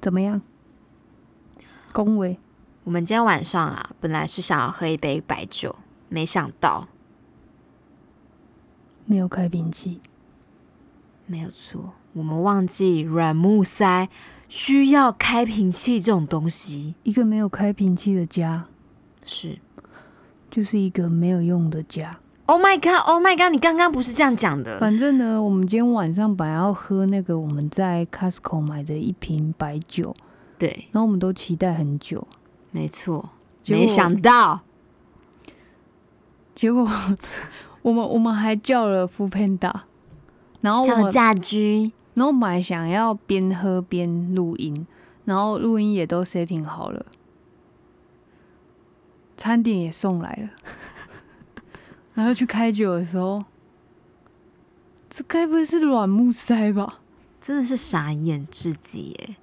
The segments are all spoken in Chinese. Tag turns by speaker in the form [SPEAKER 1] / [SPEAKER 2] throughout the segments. [SPEAKER 1] 怎么样？恭维
[SPEAKER 2] 我们今天晚上啊，本来是想要喝一杯白酒，没想到，
[SPEAKER 1] 没有开瓶器，
[SPEAKER 2] 没有错，我们忘记软木塞需要开瓶器这种东西。
[SPEAKER 1] 一个没有开瓶器的家，
[SPEAKER 2] 是
[SPEAKER 1] 就是一个没有用的家。
[SPEAKER 2] ，Oh my god，Oh my god，你刚刚不是这样讲的？
[SPEAKER 1] 反正呢，我们今天晚上本来要喝那个我们在 Costco 买的一瓶白酒，
[SPEAKER 2] 对，
[SPEAKER 1] 然后我们都期待很久，
[SPEAKER 2] 没错，
[SPEAKER 1] 结果
[SPEAKER 2] 没想到，
[SPEAKER 1] 结果我们我们还叫了 f o o Panda，然后哦我
[SPEAKER 2] 叫
[SPEAKER 1] 们
[SPEAKER 2] 嫁居，
[SPEAKER 1] 然后本来想要边喝边录音，然后录音也都 setting 好了，餐点也送来了， 然后去开酒的时候，这该不会是软木塞吧？
[SPEAKER 2] 真的是傻眼至极耶。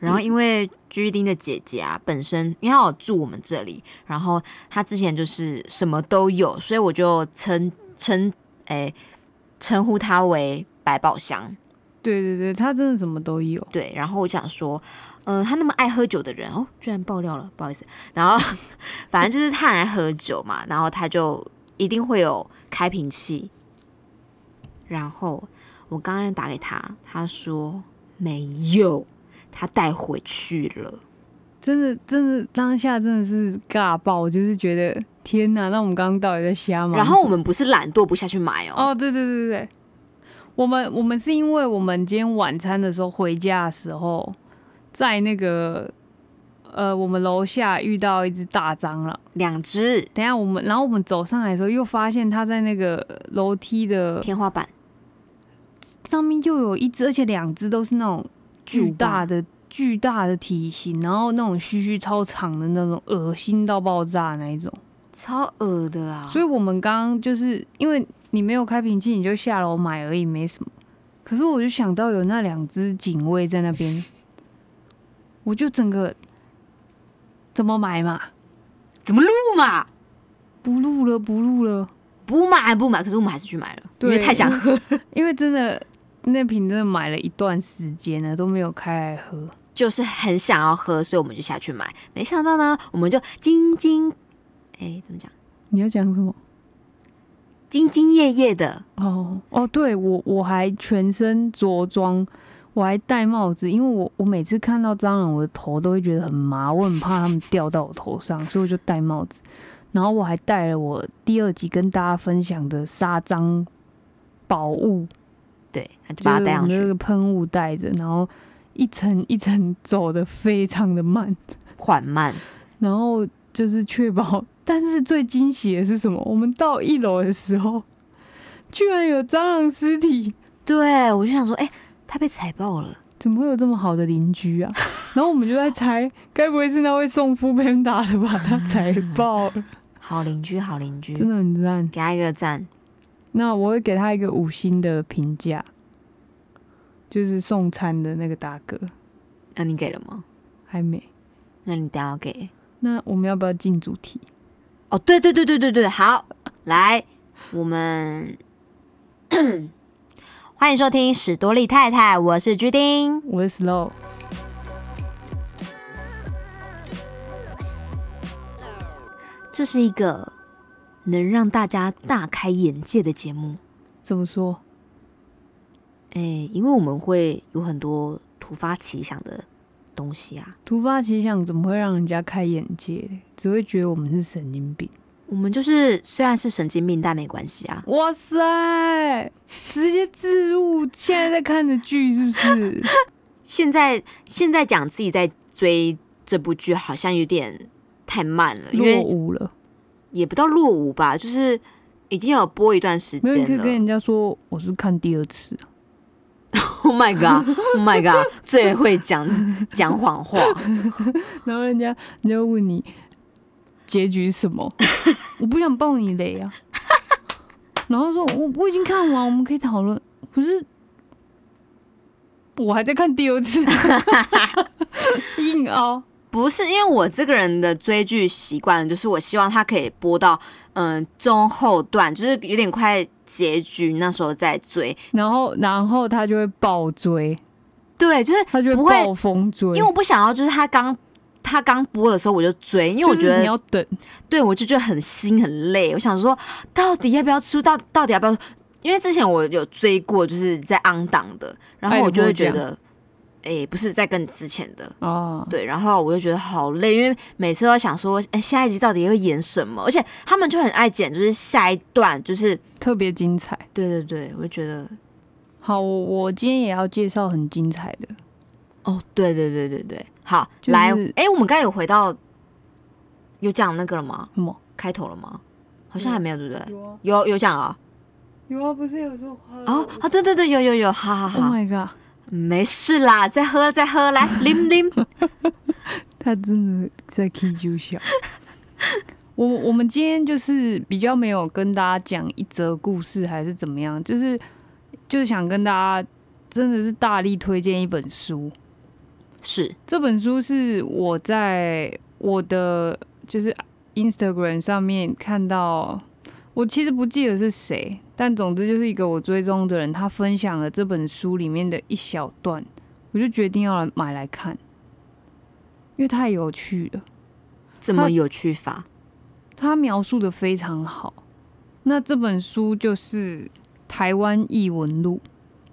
[SPEAKER 2] 然后因为居丁的姐姐啊，本身因为她有住我们这里，然后她之前就是什么都有，所以我就称称诶称呼她为百宝箱。
[SPEAKER 1] 对对对，他真的什么都有。
[SPEAKER 2] 对，然后我想说，嗯、她那么爱喝酒的人哦，居然爆料了，不好意思。然后 反正就是她很爱喝酒嘛，然后她就一定会有开瓶器。然后我刚刚打给她，她说没有，她带回去了。
[SPEAKER 1] 真的，真的，当下真的是尬爆，我就是觉得天哪，那我们刚刚到底在瞎忙什么？
[SPEAKER 2] 然后我们不是懒惰不下去买哦，
[SPEAKER 1] 哦，对对对对对，我们我们是因为我们今天晚餐的时候回家的时候，在那个呃我们楼下遇到一只大蟑螂，
[SPEAKER 2] 两只
[SPEAKER 1] 等一下我们然后我们走上来的时候又发现它在那个呃楼梯的
[SPEAKER 2] 天花板
[SPEAKER 1] 上面又有一只，而且两只都是那种巨大的。巨大的体型，然后那种须须超长的那种，恶心到爆炸那一种。
[SPEAKER 2] 超恶的啊！
[SPEAKER 1] 所以我们刚刚就是因为你没有开瓶器，你就下楼买而已，没什么。可是我就想到有那两只警卫在那边，我就整个怎么买嘛？
[SPEAKER 2] 怎么录嘛？
[SPEAKER 1] 不录了，不录了，
[SPEAKER 2] 不买不买，可是我们还是去买了，因
[SPEAKER 1] 对
[SPEAKER 2] 为 太想喝了。
[SPEAKER 1] 因为真的那瓶真的买了一段时间了，都没有开来喝。
[SPEAKER 2] 就是很想要喝，所以我们就下去买。没想到呢，我们就兢兢，哎，怎么讲？
[SPEAKER 1] 你要讲什么？
[SPEAKER 2] 兢兢业业的，
[SPEAKER 1] 哦哦，对我我还全身着装，我还戴帽子，因为我我每次看到蟑螂，我的头都会觉得很麻，我很怕它们掉到我头上，所以我就戴帽子。然后我还带了我第二集跟大家分享的杀蟑宝物，
[SPEAKER 2] 对，他
[SPEAKER 1] 就是
[SPEAKER 2] 就
[SPEAKER 1] 我
[SPEAKER 2] 把它带上
[SPEAKER 1] 们那
[SPEAKER 2] 去，
[SPEAKER 1] 个喷雾带着，然后一层一层走的非常的慢，
[SPEAKER 2] 缓慢。
[SPEAKER 1] 然后就是确保。但是最惊喜的是什么？我们到一楼的时候，居然有蟑螂尸体。
[SPEAKER 2] 对，我就想说，哎，他被踩爆了，
[SPEAKER 1] 怎么会有这么好的邻居啊？ 然后我们就在猜，该不会是那位送副班打的把他踩爆 了？
[SPEAKER 2] 好邻居，好邻居，
[SPEAKER 1] 真的很赞。
[SPEAKER 2] 给他一个赞。
[SPEAKER 1] 那我会给他一个五星的评价，就是送餐的那个大哥
[SPEAKER 2] 那、你给了吗？
[SPEAKER 1] 还没。
[SPEAKER 2] 那你等一下要给。
[SPEAKER 1] 那我们要不要进主题？
[SPEAKER 2] 哦，对对对对对对，好，来，我们 欢迎收听史多利太太，我是居丁。
[SPEAKER 1] 我是 Slow，
[SPEAKER 2] 这是一个能让大家大开眼界的节目。
[SPEAKER 1] 怎么说？
[SPEAKER 2] 哎、因为我们会有很多突发奇想的东西啊，
[SPEAKER 1] 突发奇想怎么会让人家开眼界？只会觉得我们是神经病。
[SPEAKER 2] 我们就是虽然是神经病，但没关系啊。
[SPEAKER 1] 哇塞，直接自入！现在在看的剧是不是？
[SPEAKER 2] 现在现在讲自己在追这部剧，好像有点太慢 了，因
[SPEAKER 1] 落
[SPEAKER 2] 为
[SPEAKER 1] 伍了。
[SPEAKER 2] 也不到落伍吧，就是已经有播一段时
[SPEAKER 1] 没
[SPEAKER 2] 间
[SPEAKER 1] 有，你可以跟
[SPEAKER 2] 了。
[SPEAKER 1] 人家说我是看第二次。啊
[SPEAKER 2] Oh my god，Oh my god，最会讲讲谎话。
[SPEAKER 1] 然后人家人家问你结局是什么， 我不想爆你雷啊。 然后说我我已经看完，我们可以讨论。可是我还在看第二次， 硬凹。
[SPEAKER 2] 不是因为我这个人的追剧习惯，就是我希望它可以播到嗯中后段，就是有点快结局那时候再追。
[SPEAKER 1] 然后然后他就会爆追，
[SPEAKER 2] 对，就是
[SPEAKER 1] 他就
[SPEAKER 2] 不
[SPEAKER 1] 会
[SPEAKER 2] 会
[SPEAKER 1] 暴风追，
[SPEAKER 2] 因为我不想要，就是他刚他刚播的时候我就追，因为我
[SPEAKER 1] 就是
[SPEAKER 2] 觉得
[SPEAKER 1] 你要等，
[SPEAKER 2] 对我就觉得很心很累。我想说，到底要不要出？到到底要不要？因为之前我有追过，就是在 on 档的，然后
[SPEAKER 1] 哎
[SPEAKER 2] 我就会
[SPEAKER 1] 你跟
[SPEAKER 2] 觉
[SPEAKER 1] 我
[SPEAKER 2] 得，哎、不是在跟之前的。
[SPEAKER 1] 啊，
[SPEAKER 2] 对，然后我就觉得好累，因为每次都在想说，哎，下一集到底会演什么？而且他们就很爱剪，就是下一段，就是
[SPEAKER 1] 特别精彩。
[SPEAKER 2] 对对对，我就觉得，
[SPEAKER 1] 好，我我今天也要介绍很精彩的，
[SPEAKER 2] 哦，对对对对对，好，
[SPEAKER 1] 就是
[SPEAKER 2] 来，哎，我们刚才有回到，有讲那个了吗？
[SPEAKER 1] 什么？
[SPEAKER 2] 开头了吗？好像还没有，对不对？
[SPEAKER 1] 有啊，
[SPEAKER 2] 有有讲啊？
[SPEAKER 1] 有啊，不是有说
[SPEAKER 2] 哦啊，对对对，有有有，好好
[SPEAKER 1] ，Oh
[SPEAKER 2] 好，
[SPEAKER 1] my god，
[SPEAKER 2] 没事啦，再喝再喝，来 拎拎，
[SPEAKER 1] 他真的在 K 就笑。 我我们今天就是比较没有跟大家讲一则故事还是怎么样，就是就是想跟大家真的是大力推荐一本书，
[SPEAKER 2] 是
[SPEAKER 1] 这本书是我在我的就是 Instagram 上面看到，我其实不记得是谁，但总之就是一个我追踪的人，他分享了这本书里面的一小段，我就决定要来买来看，因为太有趣了，
[SPEAKER 2] 怎
[SPEAKER 1] 他
[SPEAKER 2] 么有趣法？
[SPEAKER 1] 他描述的非常好。那这本书就是《台湾异闻录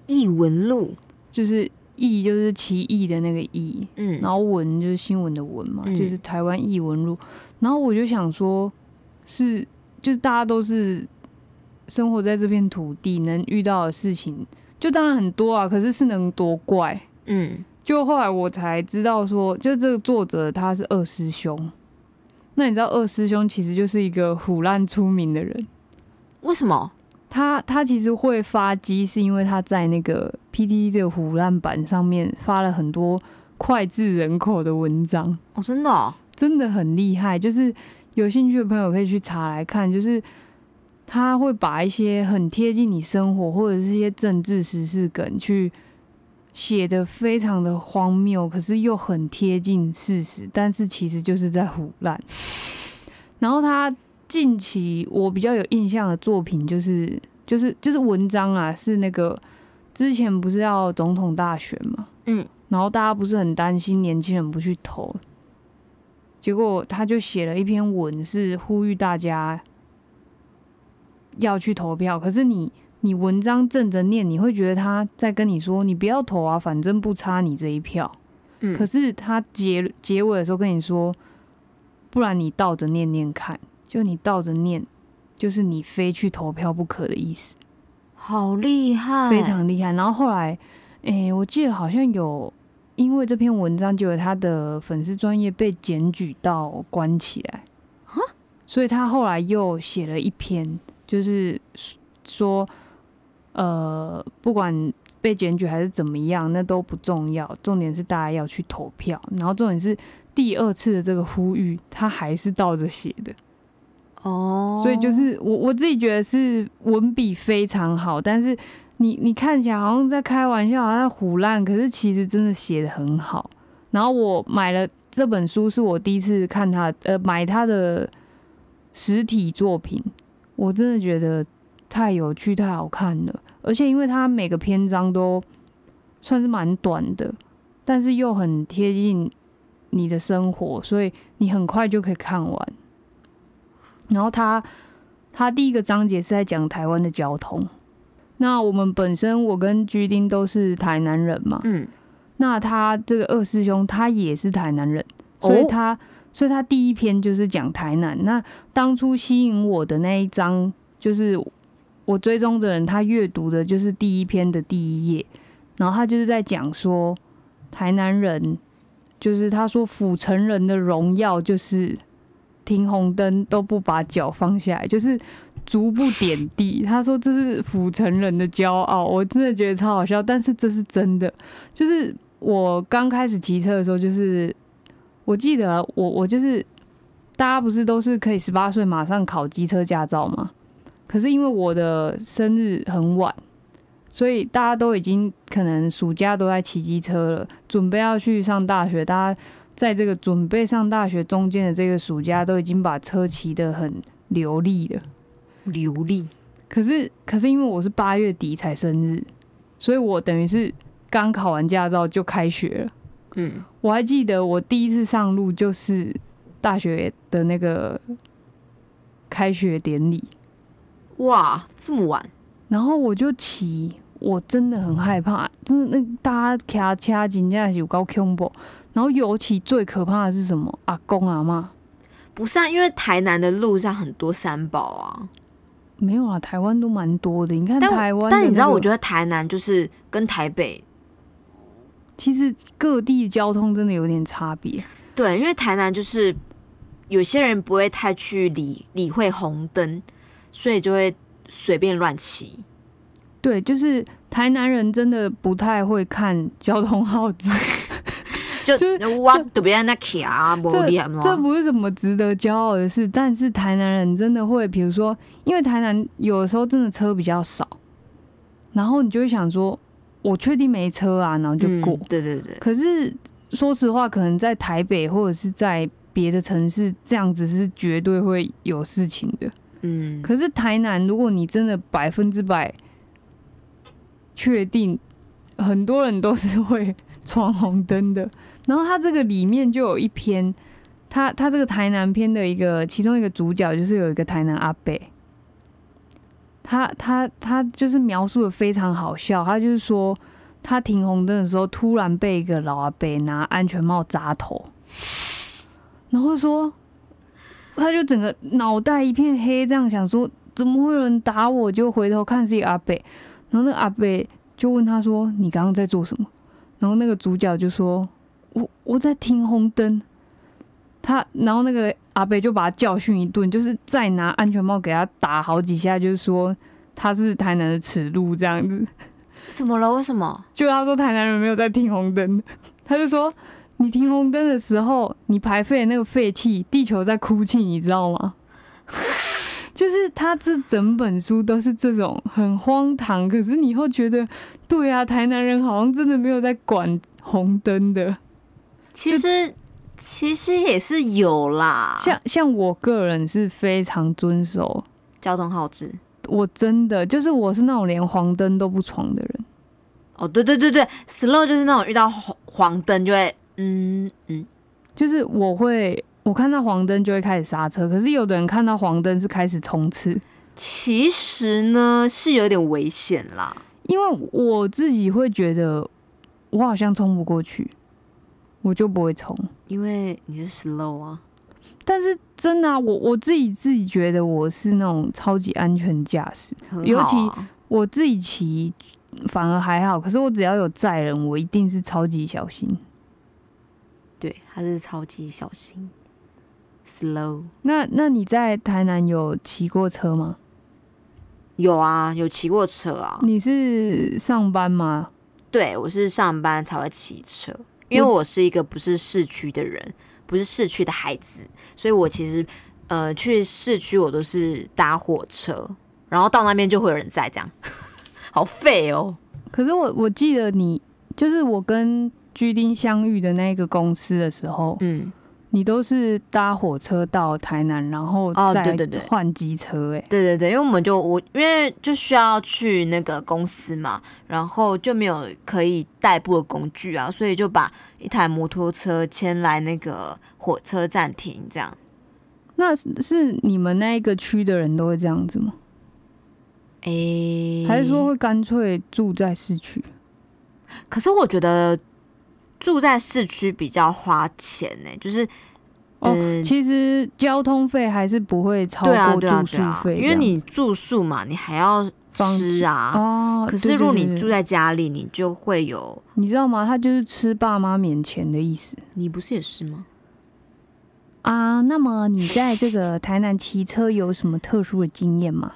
[SPEAKER 2] 异闻录，》，
[SPEAKER 1] 就是异就是奇异的那个异，
[SPEAKER 2] 嗯
[SPEAKER 1] 然后文就是新闻的文嘛，
[SPEAKER 2] 嗯
[SPEAKER 1] 就是台湾译文录。然后我就想说，是就是大家都是生活在这片土地，能遇到的事情就当然很多啊，可是是能多怪？
[SPEAKER 2] 嗯
[SPEAKER 1] 就后来我才知道说，就这个作者他是二师兄。那你知道二师兄其实就是一个虎烂出名的人，
[SPEAKER 2] 为什么？
[SPEAKER 1] 他他其实会发机，是因为他在那个 PTT 这个虎烂版上面发了很多脍炙人口的文章。
[SPEAKER 2] 哦，真的哦，
[SPEAKER 1] 真的很厉害，就是有兴趣的朋友可以去查来看，就是他会把一些很贴近你生活或者是一些政治时事梗去写的非常的荒谬，可是又很贴近事实，但是其实就是在胡乱。然后他近期我比较有印象的作品就是就是就是文章啊，是那个之前不是要总统大选嘛，
[SPEAKER 2] 嗯，
[SPEAKER 1] 然后大家不是很担心年轻人不去投，结果他就写了一篇文，是呼吁大家要去投票。可是你你文章正着念，你会觉得他在跟你说你不要投啊，反正不差你这一票。
[SPEAKER 2] 嗯
[SPEAKER 1] 可是他结结尾的时候跟你说，不然你倒着念念看，就你倒着念，就是你非去投票不可的意思。
[SPEAKER 2] 好厉害，
[SPEAKER 1] 非常厉害。然后后来，诶、我记得好像有因为这篇文章，就有他的粉丝专业被检举到关起来，所以他后来又写了一篇，就是说，呃，不管被检举还是怎么样，那都不重要，重点是大家要去投票。然后重点是第二次的这个呼吁，他还是倒着写的。
[SPEAKER 2] 哦，
[SPEAKER 1] 所以就是我我自己觉得是文笔非常好，但是你你看起来好像在开玩笑，好像在胡乱，可是其实真的写的很好。然后我买了这本书，是我第一次看他呃买他的实体作品，我真的觉得太有趣、太好看了。而且因为它每个篇章都算是蛮短的，但是又很贴近你的生活，所以你很快就可以看完。然后他他第一个章节是在讲台湾的交通。那我们本身我跟居丁都是台南人嘛，
[SPEAKER 2] 嗯，
[SPEAKER 1] 那他这个二师兄他也是台南人，所以
[SPEAKER 2] 哦
[SPEAKER 1] 他、所以他第一篇就是讲台南。那当初吸引我的那一章，就是我追踪的人他阅读的就是第一篇的第一页，然后他就是在讲说台南人，就是他说府城人的荣耀就是停红灯都不把脚放下来，就是。足不点地， 他说这是府城人的骄傲，我真的觉得超好笑，但是这是真的，就是我刚开始骑车的时候，就是我记得啊我我就是大家不是都是可以十八岁马上考机车驾照吗？可是因为我的生日很晚，所以大家都已经可能暑假都在骑机车了，准备要去上大学。大家在这个准备上大学中间的这个暑假，都已经把车骑得很流利了。
[SPEAKER 2] 流利，
[SPEAKER 1] 可是可是因为我是八月底才生日，所以我等于是刚考完驾照就开学了。
[SPEAKER 2] 嗯，
[SPEAKER 1] 我还记得我第一次上路就是大学的那个开学典礼，
[SPEAKER 2] 哇，这么晚，
[SPEAKER 1] 然后我就骑，我真的很害怕，真的那大家卡车真的是有够恐怖。然后尤其最可怕的是什么？阿公阿妈
[SPEAKER 2] 不是啊，因为台南的路上很多三宝啊，
[SPEAKER 1] 没有啊，台湾都蛮多的。你看
[SPEAKER 2] 但我
[SPEAKER 1] 台湾、
[SPEAKER 2] 但你知道，我觉
[SPEAKER 1] 得
[SPEAKER 2] 得台南就是跟台北
[SPEAKER 1] 其实各地交通真的有点差别。
[SPEAKER 2] 对，因为台南就是有些人不会太去理理会红灯，所以就会随便乱骑。
[SPEAKER 1] 对，就是台南人真的不太会看交通号志。
[SPEAKER 2] 就
[SPEAKER 1] 就是
[SPEAKER 2] 我特别那骑啊，无
[SPEAKER 1] 这
[SPEAKER 2] 厉害
[SPEAKER 1] 这不是什么值得骄傲的事，但是台南人真的会，比如说，因为台南有的时候真的车比较少，然后你就会想说，我确定没车啊，然后就过。
[SPEAKER 2] 嗯对对对，
[SPEAKER 1] 可是说实话，可能在台北或者是在别的城市，这样子是绝对会有事情的。
[SPEAKER 2] 嗯，
[SPEAKER 1] 可是台南，如果你真的百分之百确定，很多人都是会闯红灯的。然后他这个里面就有一篇，他他这个台南篇的一个其中一个主角就是有一个台南阿伯，他他他就是描述的非常好笑，他就是说他停红灯的时候，突然被一个老阿伯拿安全帽砸头，然后说他就整个脑袋一片黑，这样想说怎么会有人打我？就回头看是一个阿北，然后那个阿北就问他说：“你刚刚在做什么？”然后那个主角就说：“我我在停红灯。”他然后那个阿北就把他教训一顿，就是再拿安全帽给他打好几下，就是说他是台南的耻辱这样子。
[SPEAKER 2] 怎么了？为什么？
[SPEAKER 1] 就他说台南人没有在停红灯， 他就说你停红灯的时候，你排废的那个废气，地球在哭泣，你知道吗？ 就是他这整本书都是这种很荒唐，可是你会觉得，对啊，台南人好像真的没有在管红灯的。
[SPEAKER 2] 其实其实也是有啦，
[SPEAKER 1] 像像我个人是非常遵守，
[SPEAKER 2] 交通号志。
[SPEAKER 1] 我真的就是我是那种连黄灯都不闯的人。
[SPEAKER 2] 哦，对对对对，slow 就是那种遇到黄黄灯就会，嗯嗯，
[SPEAKER 1] 就是我会，我看到黄灯就会开始刹车，可是有的人看到黄灯是开始冲刺，
[SPEAKER 2] 其实呢是有点危险啦。
[SPEAKER 1] 因为我自己会觉得我好像冲不过去，我就不会冲。
[SPEAKER 2] 因为你是 slow 啊，
[SPEAKER 1] 但是真的、啊，我我自己自己觉得我是那种超级安全驾驶，
[SPEAKER 2] 很
[SPEAKER 1] 尤
[SPEAKER 2] 好
[SPEAKER 1] 其
[SPEAKER 2] 啊
[SPEAKER 1] 我自己骑反而还好，可是我只要有载人，我一定是超级小心。
[SPEAKER 2] 对，他是超级小心，slow。
[SPEAKER 1] 那那你在台南有骑过车
[SPEAKER 2] 哦
[SPEAKER 1] 吗？
[SPEAKER 2] 有啊，有骑过车啊。
[SPEAKER 1] 你是上班吗？
[SPEAKER 2] 对，我是上班才会骑车，因为我是一个不是市区的人，不是市区的孩子，所以我其实呃去市区我都是搭火车，然后到那边就会有人在这样， 好废哦。
[SPEAKER 1] 可是我我记得你，就是我跟居丁相遇的那个公司的时候，
[SPEAKER 2] 嗯，
[SPEAKER 1] 你都是搭火车到台南，然后
[SPEAKER 2] 哦
[SPEAKER 1] 再
[SPEAKER 2] 对对对
[SPEAKER 1] 换机车、欸，哎、
[SPEAKER 2] 对对对，因为我们就我因为就需要去那个公司嘛，然后就没有可以代步的工具啊，所以就把一台摩托车牵来那个火车站停这样。
[SPEAKER 1] 那是是你们那一个区的人都会这样子吗？
[SPEAKER 2] 诶、
[SPEAKER 1] 还是说会干脆住在市区？
[SPEAKER 2] 可是我觉得住在市区比较花钱呢、就是
[SPEAKER 1] 哦
[SPEAKER 2] 嗯，
[SPEAKER 1] 其实交通费还是不会超
[SPEAKER 2] 对啊
[SPEAKER 1] 过
[SPEAKER 2] 对啊
[SPEAKER 1] 住宿
[SPEAKER 2] 对啊，
[SPEAKER 1] 费这样、
[SPEAKER 2] 因为你住宿嘛，你还要
[SPEAKER 1] 房
[SPEAKER 2] 吃啊。
[SPEAKER 1] 哦，
[SPEAKER 2] 可
[SPEAKER 1] 对
[SPEAKER 2] 是
[SPEAKER 1] 对
[SPEAKER 2] 如果
[SPEAKER 1] 对
[SPEAKER 2] 你
[SPEAKER 1] 对
[SPEAKER 2] 住在家里，你就会有，
[SPEAKER 1] 你知道吗？他就是吃爸妈免钱的意思。
[SPEAKER 2] 你不是也是吗？
[SPEAKER 1] 啊，那么你在这个台南骑车有什么特殊的经验吗？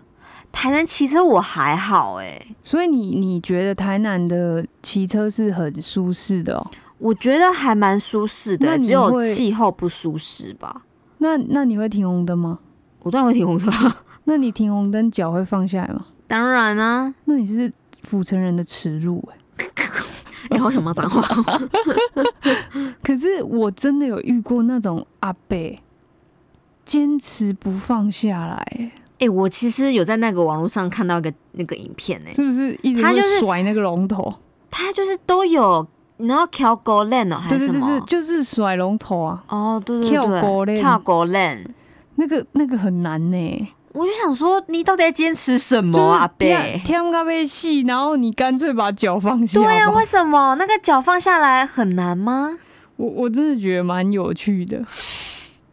[SPEAKER 2] 台南骑车我还好诶、
[SPEAKER 1] 所以你你觉得台南的骑车是很舒适的哦？
[SPEAKER 2] 我觉得还蛮舒适的、
[SPEAKER 1] 那你
[SPEAKER 2] 只有
[SPEAKER 1] 会
[SPEAKER 2] 气候不舒适吧。
[SPEAKER 1] 那那你会停红灯吗？
[SPEAKER 2] 我当然会停红车，
[SPEAKER 1] 那你停红灯脚会放下来吗？
[SPEAKER 2] 当然 啊。
[SPEAKER 1] 那你是府城人的耻辱哎、
[SPEAKER 2] 然后什么脏话？
[SPEAKER 1] 可是我真的有遇过那种阿伯，坚持不放下来欸、
[SPEAKER 2] 诶、哎我其实有在那个网络上看到一个那个影片诶、
[SPEAKER 1] 是不是一直
[SPEAKER 2] 他就
[SPEAKER 1] 会
[SPEAKER 2] 是
[SPEAKER 1] 甩那个龙头？
[SPEAKER 2] 它就是都有，你知道 k o g o l a n 哦还
[SPEAKER 1] 对
[SPEAKER 2] 是
[SPEAKER 1] 对
[SPEAKER 2] 什
[SPEAKER 1] 对对
[SPEAKER 2] 么，？
[SPEAKER 1] 就是甩龙头啊，
[SPEAKER 2] 哦，对对
[SPEAKER 1] 跳狗
[SPEAKER 2] 对，
[SPEAKER 1] 链
[SPEAKER 2] 跳狗 land。
[SPEAKER 1] 那个那个很难呢、欸
[SPEAKER 2] 我就想说，你到底在坚持什么
[SPEAKER 1] 就
[SPEAKER 2] 啊，阿
[SPEAKER 1] 是
[SPEAKER 2] 贝
[SPEAKER 1] 天？天咖啡戏，然后你干脆把脚放下
[SPEAKER 2] 对啊
[SPEAKER 1] 吧。
[SPEAKER 2] 呀、为什么那个脚放下来很难吗？
[SPEAKER 1] 我我真的觉得蛮有趣的。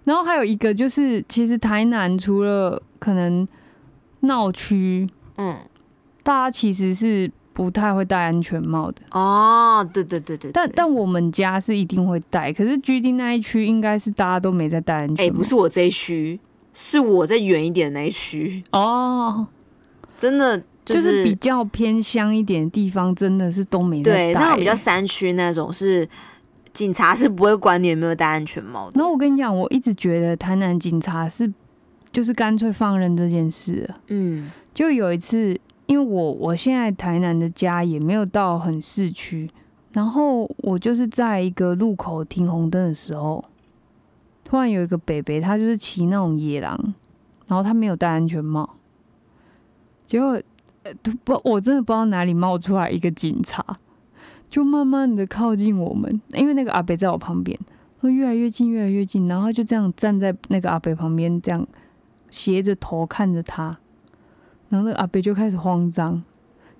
[SPEAKER 1] 然后还有一个就是，其实台南除了可能闹区，
[SPEAKER 2] 嗯，
[SPEAKER 1] 大家其实是不太会戴安全帽的。
[SPEAKER 2] 哦，对对对对
[SPEAKER 1] 但
[SPEAKER 2] 对
[SPEAKER 1] 但我们家是一定会戴，可是居定那一区应该是大家都没在戴安
[SPEAKER 2] 哎、
[SPEAKER 1] 全帽。
[SPEAKER 2] 不是我这一区，是我在远一点的那一区，
[SPEAKER 1] 哦，
[SPEAKER 2] 真的
[SPEAKER 1] 就是、
[SPEAKER 2] 是
[SPEAKER 1] 比较偏乡一点的地方，真的是都没在戴、
[SPEAKER 2] 对，那种比较
[SPEAKER 1] 欸
[SPEAKER 2] 山区那种是警察是不会管你有没有戴安全帽的。
[SPEAKER 1] 然后我跟你讲，我一直觉得台南警察是就是干脆放任这件事了。
[SPEAKER 2] 嗯
[SPEAKER 1] 就有一次，因为我我现在台南的家也没有到很市区，然后我就是在一个路口停红灯的时候，突然有一个北北，他就是骑那种野狼，然后他没有戴安全帽，结果呃都不我真的不知道哪里冒出来一个警察，就慢慢的靠近我们，因为那个阿北在我旁边，他越来越近越来越近，然后他就这样站在那个阿北旁边，这样斜着头看着他。然后那个阿伯就开始慌张，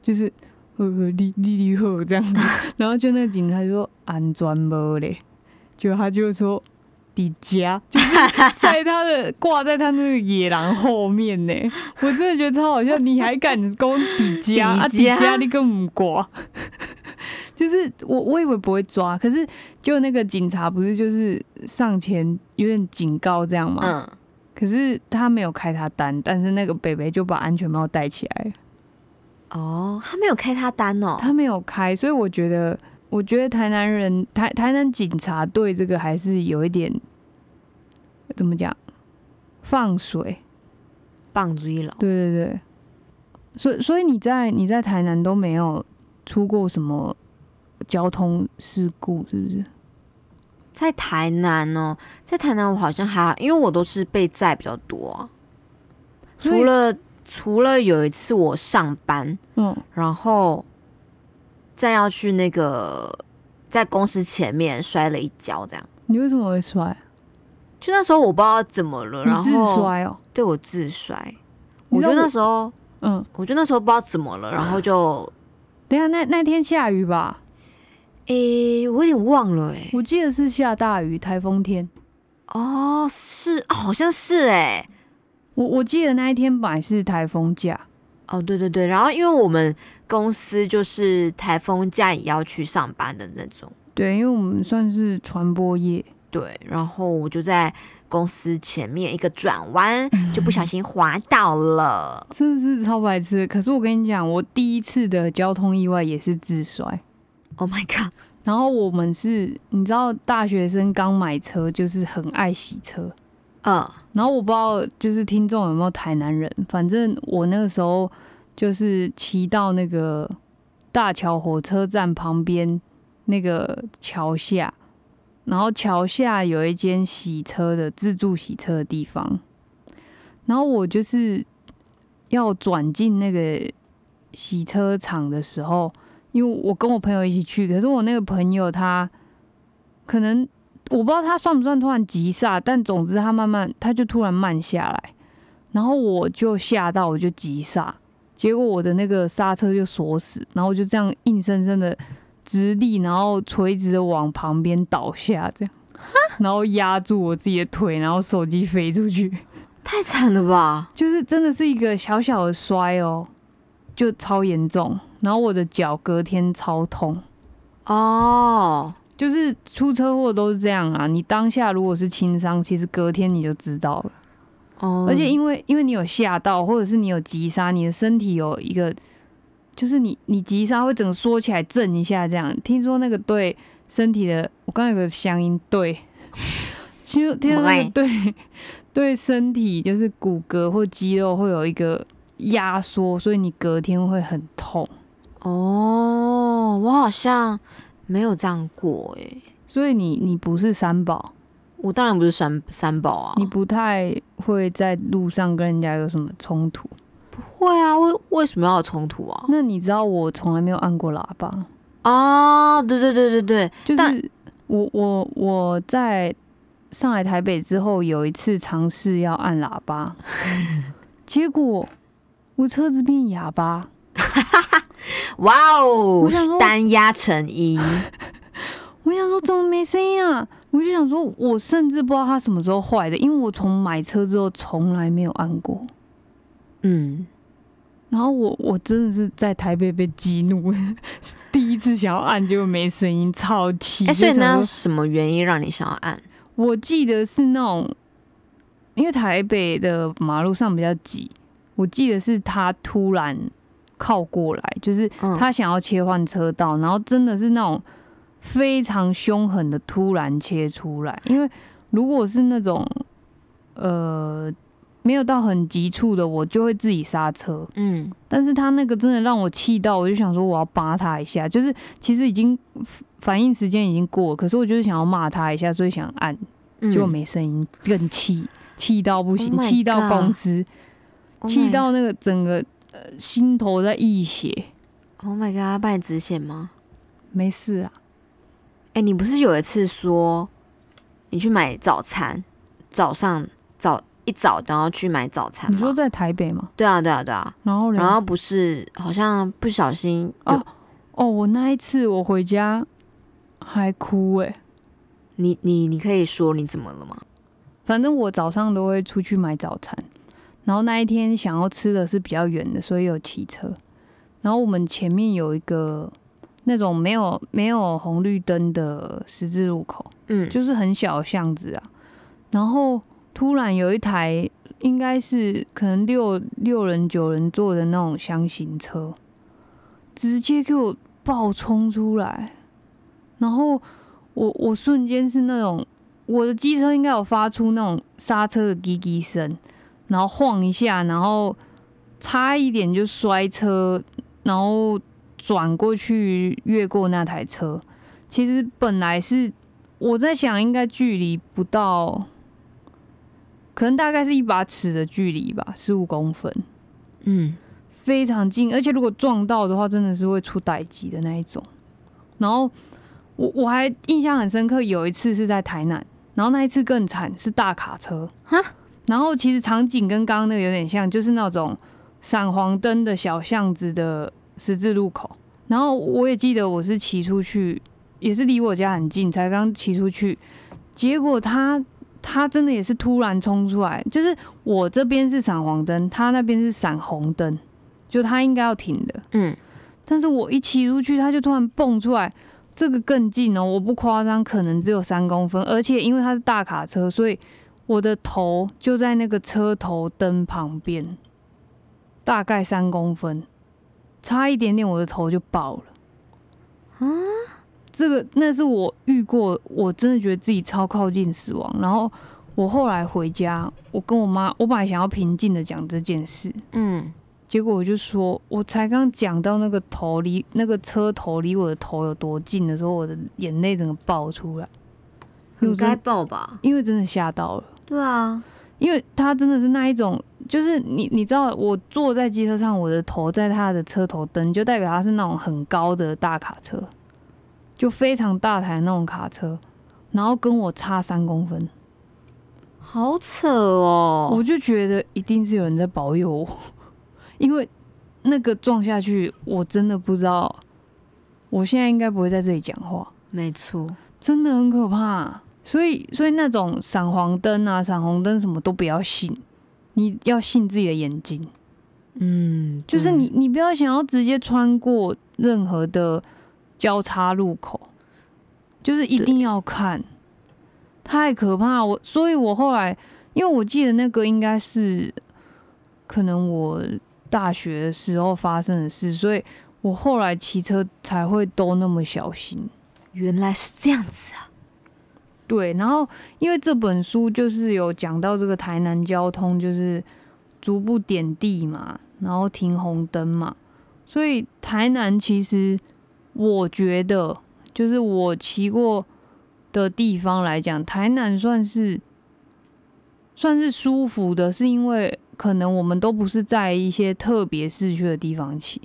[SPEAKER 1] 就是呃你你你好这样子，然后就那个警察就说安全帽嘞，就他就说迪迦，就是在他的挂在他那个野狼后面呢，我真的觉得超好笑，你还敢攻迪迦啊
[SPEAKER 2] 迪
[SPEAKER 1] 迪
[SPEAKER 2] 迦
[SPEAKER 1] 迦你更不挂，就是我我以为不会抓，可是就那个警察不是就是上前有点警告这样嘛，
[SPEAKER 2] 嗯，
[SPEAKER 1] 可是他没有开他单，但是那个北北就把安全帽戴起来了，
[SPEAKER 2] 哦，他没有开他单哦，
[SPEAKER 1] 他没有开，所以我觉得，我觉得台南人台台南警察对这个还是有一点怎么讲放水，
[SPEAKER 2] 棒主意了。
[SPEAKER 1] 对对对，所以所以你在你在台南都没有出过什么交通事故，是不是？
[SPEAKER 2] 在台南哦，在台南我好像还好，因为我都是被载比较多啊、
[SPEAKER 1] 所以
[SPEAKER 2] 除了除了有一次我上班，
[SPEAKER 1] 嗯
[SPEAKER 2] 然后再要去那个在公司前面摔了一跤，这样。
[SPEAKER 1] 你为什么会摔？
[SPEAKER 2] 就那时候我不知道怎么了，
[SPEAKER 1] 你
[SPEAKER 2] 然
[SPEAKER 1] 自
[SPEAKER 2] 后
[SPEAKER 1] 摔哦、
[SPEAKER 2] 对我自摔，
[SPEAKER 1] 你
[SPEAKER 2] 我
[SPEAKER 1] 知道
[SPEAKER 2] 就那
[SPEAKER 1] 我
[SPEAKER 2] 时候
[SPEAKER 1] 嗯，
[SPEAKER 2] 我就那时候不知道怎么了，然后就
[SPEAKER 1] 等一下那那天下雨吧，
[SPEAKER 2] 诶、我有点忘了诶、
[SPEAKER 1] 我记得是下大雨，台风天。
[SPEAKER 2] 哦，是，哦好像是诶、
[SPEAKER 1] 我我记得那一天本来是台风假，
[SPEAKER 2] 哦，对对对，然后因为我们公司就是台风假也要去上班的那种，
[SPEAKER 1] 对，因为我们算是传播业，
[SPEAKER 2] 对，然后我就在公司前面一个转弯就不小心滑倒了，
[SPEAKER 1] 真的是超白痴的。可是我跟你讲，我第一次的交通意外也是自摔。
[SPEAKER 2] ，Oh my god，
[SPEAKER 1] 然后我们是，你知道，大学生刚买车就是很爱洗车。
[SPEAKER 2] 嗯，
[SPEAKER 1] 然后我不知道，就是听众有没有台南人，反正我那个时候就是骑到那个大桥火车站旁边那个桥下，然后桥下有一间洗车的自助洗车的地方，然后我就是要转进那个洗车场的时候，因为我跟我朋友一起去，可是我那个朋友他可能我不知道他算不算突然急刹，但总之他慢慢他就突然慢下来，然后我就吓到，我就急刹，结果我的那个刹车就锁死，然后我就这样硬生生的直立，然后垂直的往旁边倒下，这样，然后压住我自己的腿，然后手机飞出去，
[SPEAKER 2] 太惨了吧，
[SPEAKER 1] 就是真的是一个小小的摔哦，就超严重，然后我的脚隔天超痛。
[SPEAKER 2] 哦，
[SPEAKER 1] 就是出车祸都是这样啊，你当下如果是轻伤，其实隔天你就知道了。
[SPEAKER 2] 哦，
[SPEAKER 1] 而且因为因为你有吓到，或者是你有急刹，你的身体有一个，就是你你急刹会整个缩起来震一下，这样。听说那个对身体的，我刚刚有个乡音对， 其实听说那个对对身体就是骨骼或肌肉会有一个压缩，所以你隔天会很痛。
[SPEAKER 2] 哦，我好像没有这样过诶、
[SPEAKER 1] 所以你你不是三宝，
[SPEAKER 2] 我当然不是三三宝啊，
[SPEAKER 1] 你不太会在路上跟人家有什么冲突。
[SPEAKER 2] 会啊？为为什么要有冲突啊？
[SPEAKER 1] 那你知道我从来没有按过喇叭，
[SPEAKER 2] 哦，对对对对对，
[SPEAKER 1] 就
[SPEAKER 2] 但
[SPEAKER 1] 是我我我在上来台北之后，有一次尝试要按喇叭，结果我车子变哑巴，
[SPEAKER 2] 哇
[SPEAKER 1] 我想
[SPEAKER 2] 哦，
[SPEAKER 1] 说
[SPEAKER 2] 单压 成一，
[SPEAKER 1] 我想说怎么没声音啊？我就想说，我甚至不知道它什么时候坏的，因为我从买车之后从来没有按过。
[SPEAKER 2] 嗯，
[SPEAKER 1] 然后我我真的是在台北被激怒， 第一次想要按，结果没声音，超气。
[SPEAKER 2] 哎，所以
[SPEAKER 1] 就想
[SPEAKER 2] 呢，
[SPEAKER 1] 说
[SPEAKER 2] 什么原因让你想要按？
[SPEAKER 1] 我记得是那种，因为台北的马路上比较挤，我记得是他突然靠过来，就是
[SPEAKER 2] 嗯
[SPEAKER 1] 他想要切换车道，然后真的是那种非常凶狠的突然切出来，因为如果是那种呃没有到很急促的，我就会自己刹车，
[SPEAKER 2] 嗯
[SPEAKER 1] 但是他那个真的让我气到，我就想说我要扒他一下，就是其实已经反应时间已经过了，可是我就是想要骂他一下，所以想按，
[SPEAKER 2] 嗯，
[SPEAKER 1] 结果没声音，更气，气到不行
[SPEAKER 2] Oh，my
[SPEAKER 1] 气、到
[SPEAKER 2] God
[SPEAKER 1] 公司，
[SPEAKER 2] Oh
[SPEAKER 1] 气
[SPEAKER 2] my-
[SPEAKER 1] 到那个整个呃心头在溢血。
[SPEAKER 2] ，Oh my god，他帮你止血吗？
[SPEAKER 1] 没事啊，
[SPEAKER 2] 哎，你不是有一次说你去买早餐，早上早一早然后去买早餐
[SPEAKER 1] 你说
[SPEAKER 2] 吗？
[SPEAKER 1] 在台北嘛，
[SPEAKER 2] 对啊，对啊，对啊。
[SPEAKER 1] 然后
[SPEAKER 2] 然
[SPEAKER 1] 然
[SPEAKER 2] 后不是好像不小心有、
[SPEAKER 1] 哦哦，我那一次我回家还哭欸诶、
[SPEAKER 2] 你你你可以说你怎么了吗？
[SPEAKER 1] 反正我早上都会出去买早餐，然后那一天想要吃的是比较远的，所以有骑车。然后我们前面有一个那种没有没有红绿灯的十字路口，
[SPEAKER 2] 嗯，
[SPEAKER 1] 就是很小的巷子啊。然后突然有一台应该是可能六六人九人坐的那种箱型车，直接给我爆冲出来，然后我我瞬间是那种我的机车应该有发出那种刹车的滴滴声，然后晃一下，然后差一点就摔车，然后转过去越过那台车。其实本来是我在想，应该距离不到，可能大概是一把尺的距离吧，十五公分，
[SPEAKER 2] 嗯，
[SPEAKER 1] 非常近。而且如果撞到的话，真的是会出歹疾的那一种。然后我我还印象很深刻，有一次是在台南，然后那一次更惨，是大卡车
[SPEAKER 2] 哈。
[SPEAKER 1] 然后其实场景跟刚刚那个有点像，就是那种闪黄灯的小巷子的十字路口。然后我也记得我是骑出去，也是离我家很近，才刚骑出去，结果他他真的也是突然冲出来，就是我这边是闪黄灯，他那边是闪红灯，就他应该要停的。
[SPEAKER 2] 嗯，
[SPEAKER 1] 但是我一骑出去，它就突然蹦出来，这个更近哦，我不夸张，可能只有三公分，而且因为它是大卡车，所以我的头就在那个车头灯旁边，大概三公分，差一点点我的头就爆了。
[SPEAKER 2] 啊，
[SPEAKER 1] 这个那是我遇过，我真的觉得自己超靠近死亡。然后我后来回家，我跟我妈，我本来想要平静的讲这件事，
[SPEAKER 2] 嗯，
[SPEAKER 1] 结果我就说，我才刚讲到那个头离那个车头离我的头有多近的时候，我的眼泪整个爆出来，因为
[SPEAKER 2] 很
[SPEAKER 1] 我真
[SPEAKER 2] 该
[SPEAKER 1] 的
[SPEAKER 2] 报吧？
[SPEAKER 1] 因为真的吓到了，
[SPEAKER 2] 对啊，
[SPEAKER 1] 因为他真的是那一种，就是你你知道，我坐在机车上，我的头在他的车头灯，就代表他是那种很高的大卡车，就非常大台那种卡车，然后跟我差三公分，
[SPEAKER 2] 好扯哦。
[SPEAKER 1] 我就觉得一定是有人在保佑我， 因为那个撞下去，我真的不知道，我现在应该不会在这里讲话，
[SPEAKER 2] 没错，
[SPEAKER 1] 真的很可怕。所以，所以那种闪黄灯啊、闪红灯什么都不要信，你要信自己的眼睛，
[SPEAKER 2] 嗯，
[SPEAKER 1] 就是
[SPEAKER 2] 对
[SPEAKER 1] 你，你不要想要直接穿过任何的交叉路口，就是一定要看，太可怕。我，所以我后来，因为我记得那个应该是可能我大学的时候发生的事，所以我后来骑车才会都那么小心。
[SPEAKER 2] 原来是这样子啊。
[SPEAKER 1] 对，然后因为这本书就是有讲到这个台南交通，就是逐步点地嘛，然后停红灯嘛，所以台南其实我觉得，就是我骑过的地方来讲，台南算是算是舒服的，是因为可能我们都不是在一些特别市区的地方骑，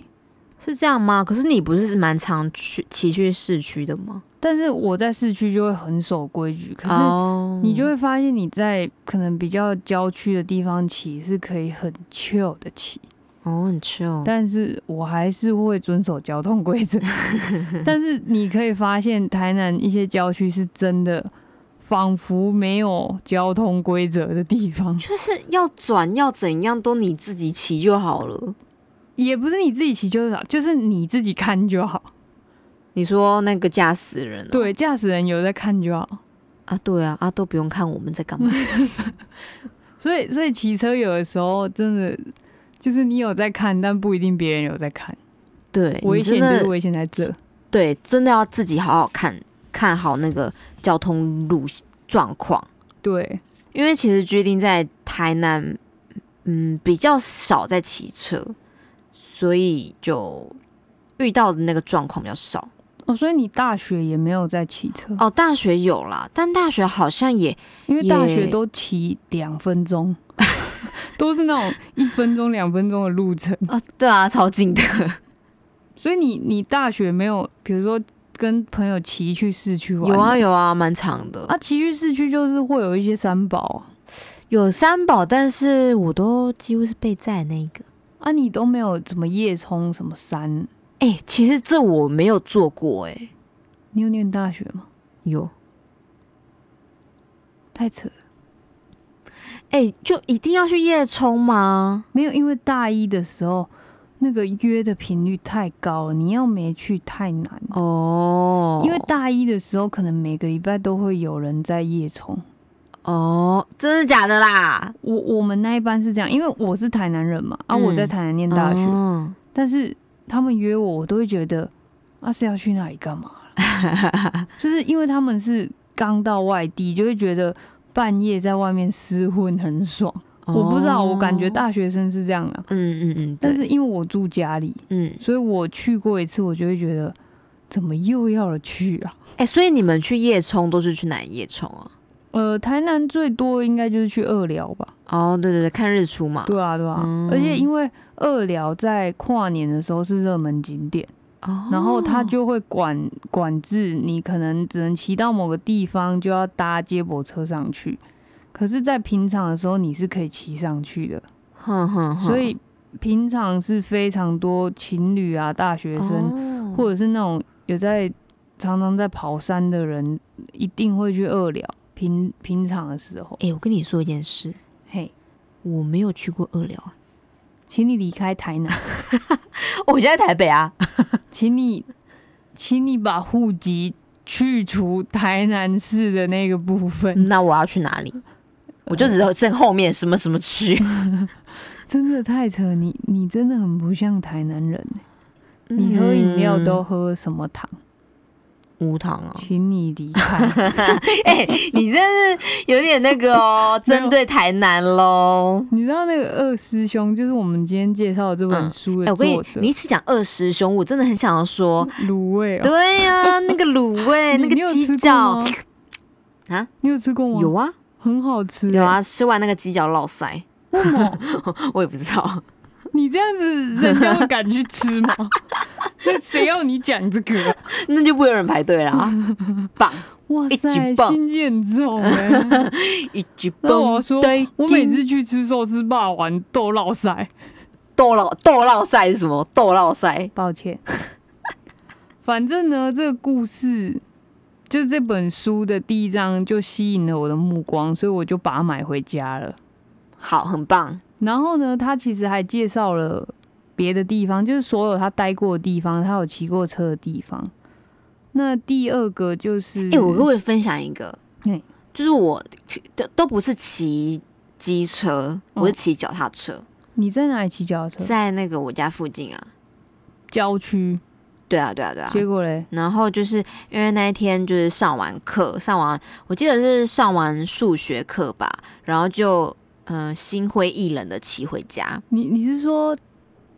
[SPEAKER 2] 是这样吗？可是你不是蛮常去骑去市区的吗？
[SPEAKER 1] 但是我在市区就会很守规矩，可是
[SPEAKER 2] 哦
[SPEAKER 1] 你就会发现你在可能比较郊区的地方骑是可以很 chill 的骑，
[SPEAKER 2] 哦很 chill，
[SPEAKER 1] 但是我还是会遵守交通规 则。但是你可以发现，台南一些郊区是真的仿佛没有交通规则的地方，
[SPEAKER 2] 就是要转要怎样都你自己骑就好了。
[SPEAKER 1] 也不是你自己骑就是好，就是你自己看就好。
[SPEAKER 2] 哦你说那个驾驶人哦、
[SPEAKER 1] 对，驾驶人有在看就好。
[SPEAKER 2] 啊，对啊，啊都不用看我们在干 嘛，
[SPEAKER 1] 所以，所以骑车有的时候真的就是你有在看，但不一定别人有在看。
[SPEAKER 2] 对，
[SPEAKER 1] 危
[SPEAKER 2] 哎你真
[SPEAKER 1] 险就
[SPEAKER 2] 的
[SPEAKER 1] 是危险在这。
[SPEAKER 2] 对，真的要自己好好看看好那个交通路状况，
[SPEAKER 1] 对，
[SPEAKER 2] 因为其实决定在台南，嗯，比较少在骑车，所以就遇到的那个状况比较少。
[SPEAKER 1] 哦，所以你大学也没有在骑车，
[SPEAKER 2] 哦，大学有啦，但大学好像也
[SPEAKER 1] 因为大学
[SPEAKER 2] 也
[SPEAKER 1] 都骑两分钟， 都是那种一分钟、两分钟的路程。
[SPEAKER 2] 啊，对啊，超近的。
[SPEAKER 1] 所以你你大学没有，比如说跟朋友骑去市区玩吗？
[SPEAKER 2] 有啊有啊，蛮长的。
[SPEAKER 1] 啊，骑去市区就是会有一些三宝啊
[SPEAKER 2] 有三宝，但是我都几乎是被载那一个。
[SPEAKER 1] 啊，你都没有怎么夜冲什么山。
[SPEAKER 2] 哎、其实这我没有做过、哎，
[SPEAKER 1] 你有念大学吗？
[SPEAKER 2] 有，
[SPEAKER 1] 太扯了，
[SPEAKER 2] 哎、就一定要去夜冲吗？
[SPEAKER 1] 没有，因为大一的时候那个约的频率太高了，你要没去太难了。
[SPEAKER 2] 哦，
[SPEAKER 1] 因为大一的时候，可能每个礼拜都会有人在夜冲。
[SPEAKER 2] 哦，真的假的啦？
[SPEAKER 1] 我我们那一班是这样，因为我是台南人嘛，啊，
[SPEAKER 2] 嗯
[SPEAKER 1] 我在台南念大学，
[SPEAKER 2] 哦
[SPEAKER 1] 但是他们约我，我都会觉得啊是要去那里干嘛啦就是因为他们是刚到外地，就会觉得半夜在外面厮混很爽。我不知道，我感觉，
[SPEAKER 2] 哦
[SPEAKER 1] 大学生是这样啊。
[SPEAKER 2] 嗯嗯嗯，
[SPEAKER 1] 但
[SPEAKER 2] 对
[SPEAKER 1] 是因为我住家里，
[SPEAKER 2] 嗯，
[SPEAKER 1] 所以我去过一次，我就会觉得怎么又要了去啊？
[SPEAKER 2] 哎、所以你们去夜冲都是去哪里夜冲啊？
[SPEAKER 1] 呃，台南最多应该就是去二寮吧。
[SPEAKER 2] 哦，对对对，看日出嘛。
[SPEAKER 1] 对啊，对啊，
[SPEAKER 2] 嗯
[SPEAKER 1] 而且因为二寮在跨年的时候是热门景点，
[SPEAKER 2] 哦，
[SPEAKER 1] 然后它就会管管制你，可能只能骑到某个地方就要搭接驳车上去。可是，在平常的时候你是可以骑上去的，
[SPEAKER 2] 哼，哼哼
[SPEAKER 1] 所以平常是非常多情侣啊、大学生，
[SPEAKER 2] 哦
[SPEAKER 1] 或者是那种有在常常在跑山的人，一定会去二寮。平平常的时候，
[SPEAKER 2] 哎、我跟你说一件事，
[SPEAKER 1] 嘿，
[SPEAKER 2] 我没有去过二寮啊，
[SPEAKER 1] 请你离开台南。
[SPEAKER 2] 我现在在台北 啊。
[SPEAKER 1] 请你，请你把户籍去除台南市的那个部分，
[SPEAKER 2] 嗯那我要去哪里？我就只有剩后面什么什么区。
[SPEAKER 1] 真的太扯！你你真的很不像台南人欸， 你喝饮料都喝什么糖？
[SPEAKER 2] 嗯无糖啊？
[SPEAKER 1] 请你离开，
[SPEAKER 2] 哎、你真是有点那个哦，
[SPEAKER 1] 没有
[SPEAKER 2] 针对台南喽。
[SPEAKER 1] 你知道那个二师兄就是我们今天介绍的这本
[SPEAKER 2] 嗯
[SPEAKER 1] 书
[SPEAKER 2] 哎、
[SPEAKER 1] 的
[SPEAKER 2] 我跟你
[SPEAKER 1] 作者
[SPEAKER 2] 你一直讲二师兄，我真的很想要说，
[SPEAKER 1] 卤味哦，
[SPEAKER 2] 对呀、那个卤味，
[SPEAKER 1] 你
[SPEAKER 2] 那个
[SPEAKER 1] 你有
[SPEAKER 2] 鸡
[SPEAKER 1] 吃过
[SPEAKER 2] 脚
[SPEAKER 1] 吗
[SPEAKER 2] 啊，
[SPEAKER 1] 你有吃过吗？
[SPEAKER 2] 有，啊
[SPEAKER 1] 很好吃，欸
[SPEAKER 2] 有，啊，吃完那个鸡脚落腮，
[SPEAKER 1] 为什么？
[SPEAKER 2] 我也不知道。
[SPEAKER 1] 你这样子人家会敢去吃 吗？那谁要你讲这个啊？
[SPEAKER 2] 那就不会有人排队啦， 棒，
[SPEAKER 1] 哇
[SPEAKER 2] 一
[SPEAKER 1] 塞，
[SPEAKER 2] 级棒
[SPEAKER 1] 心机很重 哎。
[SPEAKER 2] 一举
[SPEAKER 1] 那我
[SPEAKER 2] 蹦
[SPEAKER 1] 要说
[SPEAKER 2] 对，
[SPEAKER 1] 我每次去吃寿司霸王豆烙塞，
[SPEAKER 2] 豆烙豆烙赛是什么？豆烙赛，
[SPEAKER 1] 抱歉。 反正呢，这个故事就是这本书的第一章就吸引了我的目光，所以我就把它买回家了。
[SPEAKER 2] 好，很棒。
[SPEAKER 1] 然后呢，他其实还介绍了别的地方，就是所有他待过的地方，他有骑过车的地方。那第二个就是，
[SPEAKER 2] 哎、我跟我分享一个，
[SPEAKER 1] 嗯
[SPEAKER 2] 就是我都都不是骑机车，
[SPEAKER 1] 嗯
[SPEAKER 2] 我是骑脚踏车，
[SPEAKER 1] 你在哪里骑脚踏车？
[SPEAKER 2] 在那个我家附近啊。
[SPEAKER 1] 郊区。
[SPEAKER 2] 对啊，对啊，对啊。
[SPEAKER 1] 结果嘞，
[SPEAKER 2] 然后就是因为那一天就是上完课，上完我记得是上完数学课吧，然后就嗯、呃心灰意冷的骑回家。
[SPEAKER 1] 你你是说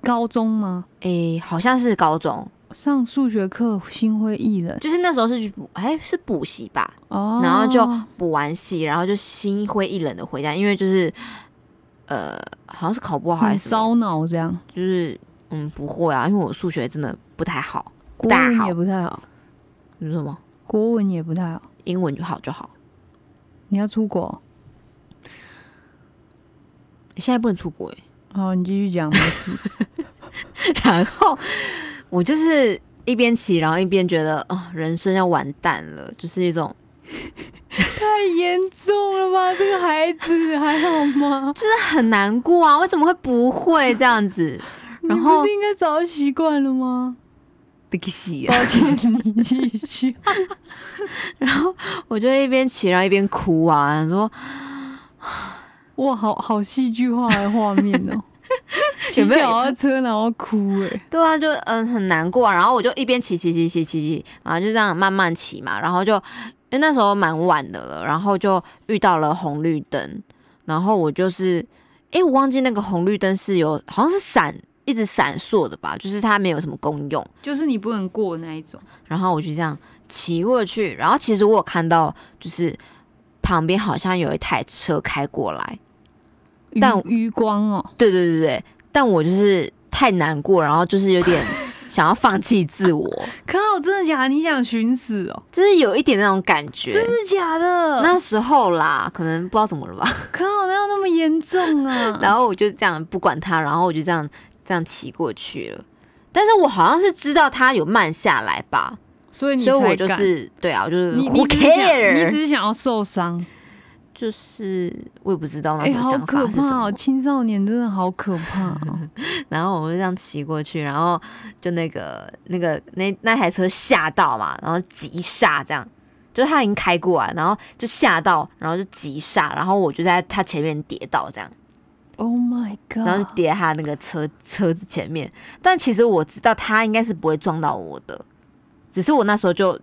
[SPEAKER 1] 高中吗？
[SPEAKER 2] 诶、好像是高中，
[SPEAKER 1] 上数学课心灰意冷
[SPEAKER 2] 就是那时候是去补，哎、是补习吧？
[SPEAKER 1] 哦，
[SPEAKER 2] 然后就补完习，然后就心灰意冷的回家，因为就是呃，好像是考不好还
[SPEAKER 1] 很
[SPEAKER 2] 是什么，
[SPEAKER 1] 烧脑这样。
[SPEAKER 2] 就是嗯，不会啊，因为我数学真的不太好，
[SPEAKER 1] 国
[SPEAKER 2] 大
[SPEAKER 1] 文
[SPEAKER 2] 好
[SPEAKER 1] 也不太好，
[SPEAKER 2] 你说什么？
[SPEAKER 1] 国文也不太好。
[SPEAKER 2] 英文就好就好。
[SPEAKER 1] 你要出国？
[SPEAKER 2] 现在不能出国哎、
[SPEAKER 1] 好，你继续讲，没 事。
[SPEAKER 2] 然后我就是一边骑，然后一边觉得哦，人生要完蛋了，就是一种
[SPEAKER 1] 太严重了吧？这个孩子还好吗？
[SPEAKER 2] 就是很难过啊，为什么会不会这样子？然
[SPEAKER 1] 你
[SPEAKER 2] 后
[SPEAKER 1] 不是应该早就习惯了吗？
[SPEAKER 2] 对不起啊
[SPEAKER 1] 抱歉，你继续。
[SPEAKER 2] 然后我就一边骑，然后一边哭啊，想说
[SPEAKER 1] 哇，好好戏剧化的画面哦、 骑
[SPEAKER 2] 有没有
[SPEAKER 1] 脚踏车然后哭哎、
[SPEAKER 2] 对啊，就嗯很难过、啊。然后我就一边骑骑骑骑骑骑，然后就这样慢慢骑嘛。然后就因为那时候蛮晚的了，然后就遇到了红绿灯，然后我就是，诶，我忘记那个红绿灯是有好像是闪一直闪烁的吧，就是它没有什么功用。
[SPEAKER 1] 就是你不能过那一种。
[SPEAKER 2] 然后我就这样骑过去，然后其实我有看到就是旁边好像有一台车开过来，
[SPEAKER 1] 余
[SPEAKER 2] 但
[SPEAKER 1] 余光哦、
[SPEAKER 2] 对对对对，但我就是太难过，然后就是有点想要放弃 自我。
[SPEAKER 1] 靠，真的假的？你想寻死哦、
[SPEAKER 2] 就是有一点那种感
[SPEAKER 1] 真
[SPEAKER 2] 觉。
[SPEAKER 1] 的假的？
[SPEAKER 2] 那时候啦，可能不知道怎么 了吧，
[SPEAKER 1] 靠，哪有那么严重啊？
[SPEAKER 2] 然后我就这样不管他，然后我就这样这样骑过去了。但是我好像是知道他有慢下来吧，
[SPEAKER 1] 所以你
[SPEAKER 2] 所以我
[SPEAKER 1] 才
[SPEAKER 2] 就
[SPEAKER 1] 敢
[SPEAKER 2] 是对啊，我就是
[SPEAKER 1] 你
[SPEAKER 2] who
[SPEAKER 1] 你只是想你只
[SPEAKER 2] care，
[SPEAKER 1] 是想要受伤，
[SPEAKER 2] 就是我也不知道那
[SPEAKER 1] 哎、
[SPEAKER 2] 时候
[SPEAKER 1] 好
[SPEAKER 2] 想法
[SPEAKER 1] 可
[SPEAKER 2] 是什
[SPEAKER 1] 怕
[SPEAKER 2] 么。
[SPEAKER 1] 哦！青少年真的好可怕 哦！
[SPEAKER 2] 然后我就这样骑过去，然后就那个那个那那台车吓到嘛，然后急刹这样，就是他已经开过来，然后就吓到，然后就急刹，然后我就在他前面跌倒这样。
[SPEAKER 1] Oh my
[SPEAKER 2] 然后就
[SPEAKER 1] god！
[SPEAKER 2] 跌他那个车车子前面。但其实我知道他应该是不会撞到我的，只是我那时候就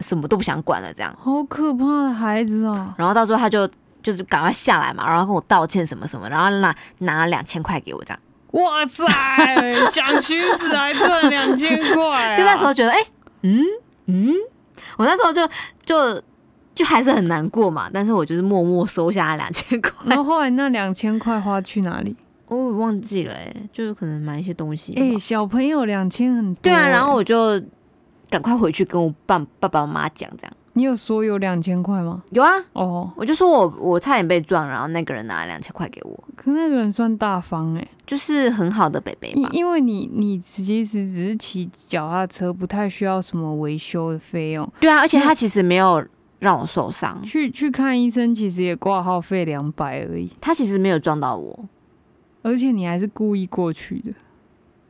[SPEAKER 2] 什么都不想管了这样。
[SPEAKER 1] 好可怕的孩子哦！
[SPEAKER 2] 然后到最后他就就是赶快下来嘛，然后跟我道歉什么什么，然后拿拿两千块给我这样。
[SPEAKER 1] 哇塞，想寻死还赚两千块啊，
[SPEAKER 2] 就那时候觉得哎、嗯嗯，我那时候就就。就还是很难过嘛，但是我就是默默收下那两千 块，
[SPEAKER 1] 然后后来那两千块花去哪里？
[SPEAKER 2] 哦我也忘记了、欸，就是可能买一些东西吧。
[SPEAKER 1] 哎、小朋友两千很多、
[SPEAKER 2] 对啊，然后
[SPEAKER 1] 哎
[SPEAKER 2] 我就赶快回去跟我爸爸爸妈妈讲，这样
[SPEAKER 1] 你有说有两千块吗？
[SPEAKER 2] 有啊，
[SPEAKER 1] 哦，
[SPEAKER 2] 我就说我我差点被撞，然后那个人拿了两千块给我，
[SPEAKER 1] 可那个人算大方哎、
[SPEAKER 2] 就是很好的北北
[SPEAKER 1] 因
[SPEAKER 2] 吧。
[SPEAKER 1] 因为你你其实只是骑脚踏车，不太需要什么维修的费用。
[SPEAKER 2] 对啊，而且他其实没有让我受伤，
[SPEAKER 1] 去去看医生，其实也挂号费两百而已，
[SPEAKER 2] 他其实没有撞到我。
[SPEAKER 1] 而且你还是故意过去的，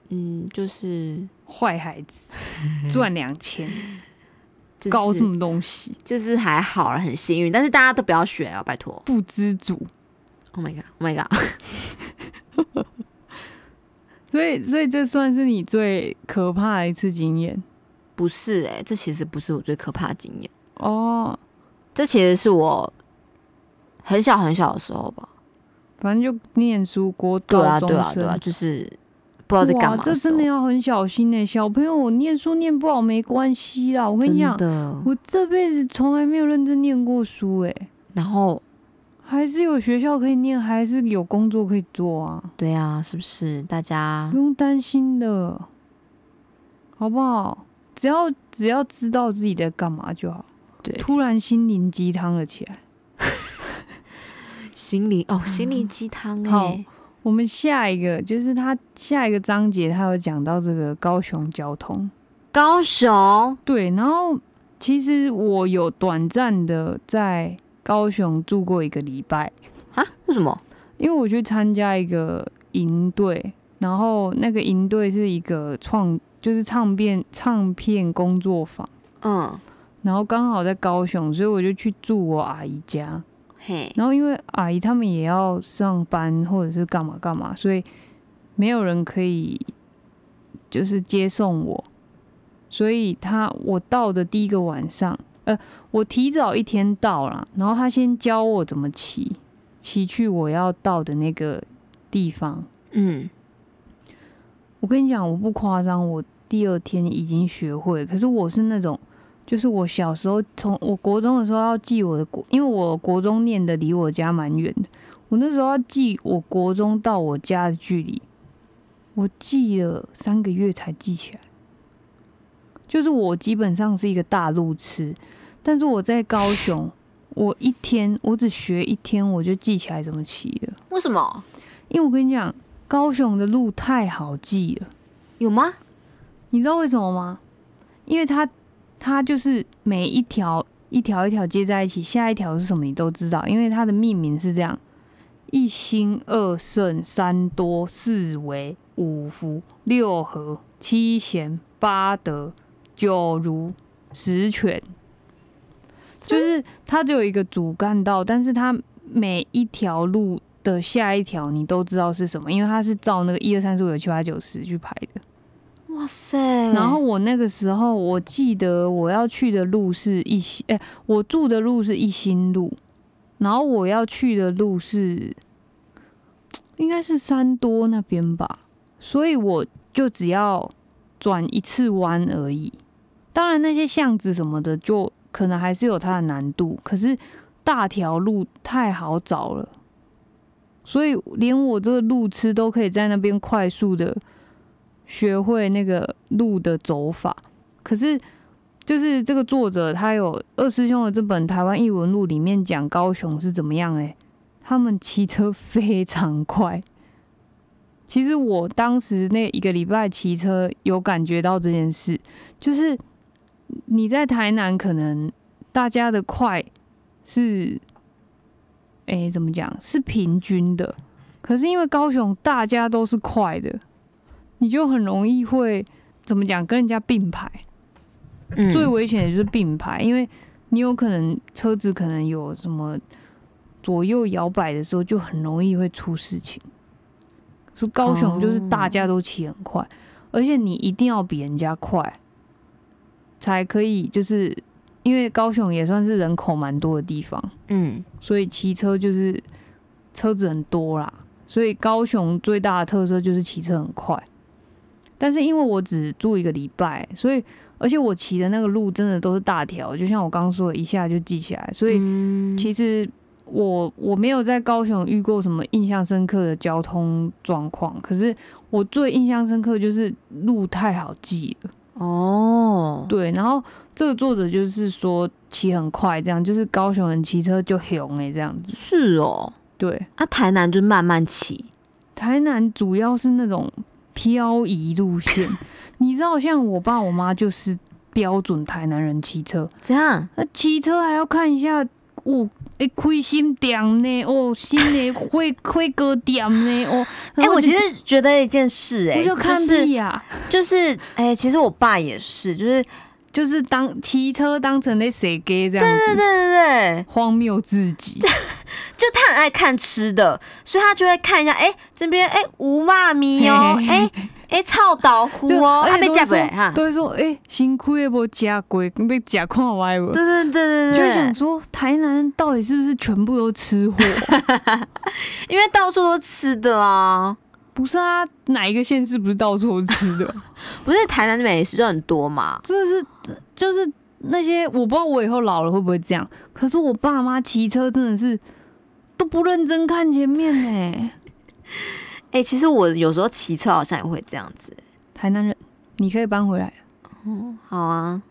[SPEAKER 2] 嗯，就是、
[SPEAKER 1] 坏孩子，赚两千，
[SPEAKER 2] 嗯就是、
[SPEAKER 1] 搞什么东西？
[SPEAKER 2] 就是还好啦，很幸运。但是大家都不要学啊，拜托。
[SPEAKER 1] 不知足。
[SPEAKER 2] Oh my god，Oh my god，
[SPEAKER 1] 所以，所以这算是你最可怕的一次经验
[SPEAKER 2] 不是哎、这其实不是我最可怕的经验，
[SPEAKER 1] 哦。
[SPEAKER 2] 这其实是我很小很小的时候吧。
[SPEAKER 1] 反正就念书，国
[SPEAKER 2] 对
[SPEAKER 1] 高
[SPEAKER 2] 啊，
[SPEAKER 1] 中
[SPEAKER 2] 对啊，
[SPEAKER 1] 生。
[SPEAKER 2] 对啊，就是不知道在干
[SPEAKER 1] 哇，
[SPEAKER 2] 嘛
[SPEAKER 1] 这
[SPEAKER 2] 时候
[SPEAKER 1] 真的要很小心呢、小朋友，我念书念不好没关系啦。我跟你讲
[SPEAKER 2] 真，的。
[SPEAKER 1] 我这辈子从来没有认真念过书、欸，
[SPEAKER 2] 然后
[SPEAKER 1] 还是有学校可以念，还是有工作可以做啊。
[SPEAKER 2] 对啊，是不是大家
[SPEAKER 1] 不用担心的，好不好？只要只要知道自己在干嘛就好。
[SPEAKER 2] 对
[SPEAKER 1] 突然心灵鸡汤了起来。
[SPEAKER 2] 心灵哦，心灵鸡汤
[SPEAKER 1] 嗯好
[SPEAKER 2] 哎，
[SPEAKER 1] 我们下一个就是他下一个章节，他有讲到这个高雄交通。
[SPEAKER 2] 高雄
[SPEAKER 1] 对，然后其实我有短暂的在高雄住过一个礼拜，
[SPEAKER 2] 啊？为什么？
[SPEAKER 1] 因为我去参加一个营队，然后那个营队是一个创，就是唱片唱片工作坊。
[SPEAKER 2] 嗯，
[SPEAKER 1] 然后刚好在高雄，所以我就去住我阿姨家。
[SPEAKER 2] 嘿，
[SPEAKER 1] 然后因为阿姨他们也要上班或者是干嘛干嘛，所以没有人可以就是接送我。所以他我到的第一个晚上，呃，我提早一天到啦，然后他先教我怎么骑，骑去我要到的那个地方。
[SPEAKER 2] 嗯，
[SPEAKER 1] 我跟你讲，我不夸张，我第二天已经学会。可是我是那种，就是我小时候从我国中的时候要记我的国，因为我国中念的离我家蛮远的，我那时候要记我国中到我家的距离，我记了三个月才记起来。就是我基本上是一个大路痴，但是我在高雄，我一天我只学一天我就记起来怎么骑了，
[SPEAKER 2] 为什么？
[SPEAKER 1] 因为我跟你讲，高雄的路太好记了，
[SPEAKER 2] 有吗？
[SPEAKER 1] 你知道为什么吗？因为它它就是每一条一条一条接在一起，下一条是什么你都知道，因为它的命名是这样：一心二圣三多四维五福六合七贤八德九如十全，就是它只有一个主干道，但是它每一条路的下一条你都知道是什么，因为它是照那个一二三四五六七八九十去排的。
[SPEAKER 2] 哇塞！
[SPEAKER 1] 然后我那个时候，我记得我要去的路是一心，哎、我住的路是一心路，然后我要去的路是，应该是三多那边吧，所以我就只要转一次弯而已。当然那些巷子什么的，就可能还是有它的难度，可是大条路太好找了，所以连我这个路痴都可以在那边快速的。学会那个路的走法。可是，就是这个作者他有二师兄的这本《台湾译文录》里面讲高雄是怎么样嘞？他们骑车非常快。其实我当时那一个礼拜骑车有感觉到这件事，就是你在台南可能大家的快是，诶、怎么讲是平均的，可是因为高雄大家都是快的，你就很容易会怎么讲跟人家并排。
[SPEAKER 2] 嗯
[SPEAKER 1] 最危险的就是并排，因为你有可能车子可能有什么左右摇摆的时候，就很容易会出事情。所以高雄就是大家都骑很快，而且你一定要比人家快，才可以就是因为高雄也算是人口蛮多的地方，
[SPEAKER 2] 嗯，
[SPEAKER 1] 所以骑车就是车子很多啦。所以高雄最大的特色就是骑车很快，但是因为我只住一个礼拜，所以而且我骑的那个路真的都是大条，就像我刚刚说的，一下就记起来。所以
[SPEAKER 2] 嗯
[SPEAKER 1] 其实我我没有在高雄遇过什么印象深刻的交通状况，可是我最印象深刻就是路太好记了。
[SPEAKER 2] 嗯哦，
[SPEAKER 1] 对，然后这个作者就是说骑很快，这样就是高雄人骑车就熊哎、欸、这样子。
[SPEAKER 2] 是哦，
[SPEAKER 1] 对，
[SPEAKER 2] 啊，台南就慢慢骑，
[SPEAKER 1] 台南主要是那种漂移路 线，你知道，像我爸我妈就是标准台南人骑车，
[SPEAKER 2] 怎样？
[SPEAKER 1] 那骑车还要看一下。哦，哎、开心点呢，哦，心里会会哥点呢， 哦，
[SPEAKER 2] 哎、
[SPEAKER 1] 然后
[SPEAKER 2] 我
[SPEAKER 1] 就
[SPEAKER 2] 其实觉得一件事、哎，
[SPEAKER 1] 我就看
[SPEAKER 2] 是
[SPEAKER 1] 屁呀、啊
[SPEAKER 2] 就是，哎、其实我爸也是，就是，
[SPEAKER 1] 就是当骑车当成那谁给这样
[SPEAKER 2] 对对对
[SPEAKER 1] 子，
[SPEAKER 2] 对对，
[SPEAKER 1] 荒谬至 极。
[SPEAKER 2] 就他很爱看吃的，所以他就会看一下，哎、这边，哎、吴妈咪哦，
[SPEAKER 1] 嘿
[SPEAKER 2] 哎哎，臭豆腐
[SPEAKER 1] 对
[SPEAKER 2] 哦，
[SPEAKER 1] 而
[SPEAKER 2] 他
[SPEAKER 1] 且哎
[SPEAKER 2] 被
[SPEAKER 1] 都
[SPEAKER 2] 夹
[SPEAKER 1] 会
[SPEAKER 2] 不
[SPEAKER 1] 说
[SPEAKER 2] 哈，
[SPEAKER 1] 都会说，哎、辛苦也无吃过，被吃看歪无。
[SPEAKER 2] 对对对
[SPEAKER 1] 就
[SPEAKER 2] 对
[SPEAKER 1] 会
[SPEAKER 2] 对，
[SPEAKER 1] 想说，台南人到底是不是全部都吃货？
[SPEAKER 2] 因为到处都吃的啊，
[SPEAKER 1] 不是啊，哪一个县市不是到处都吃的？
[SPEAKER 2] 不是台南的美食就很多嘛，
[SPEAKER 1] 真的是，就是那些我不知道我以后老了会不会这样。可是我爸妈骑车真的是都不认真看前面呢、
[SPEAKER 2] 哎、其实我有时候骑车好像也会这样子，
[SPEAKER 1] 台南人，你可以搬回来，
[SPEAKER 2] 哦，好啊，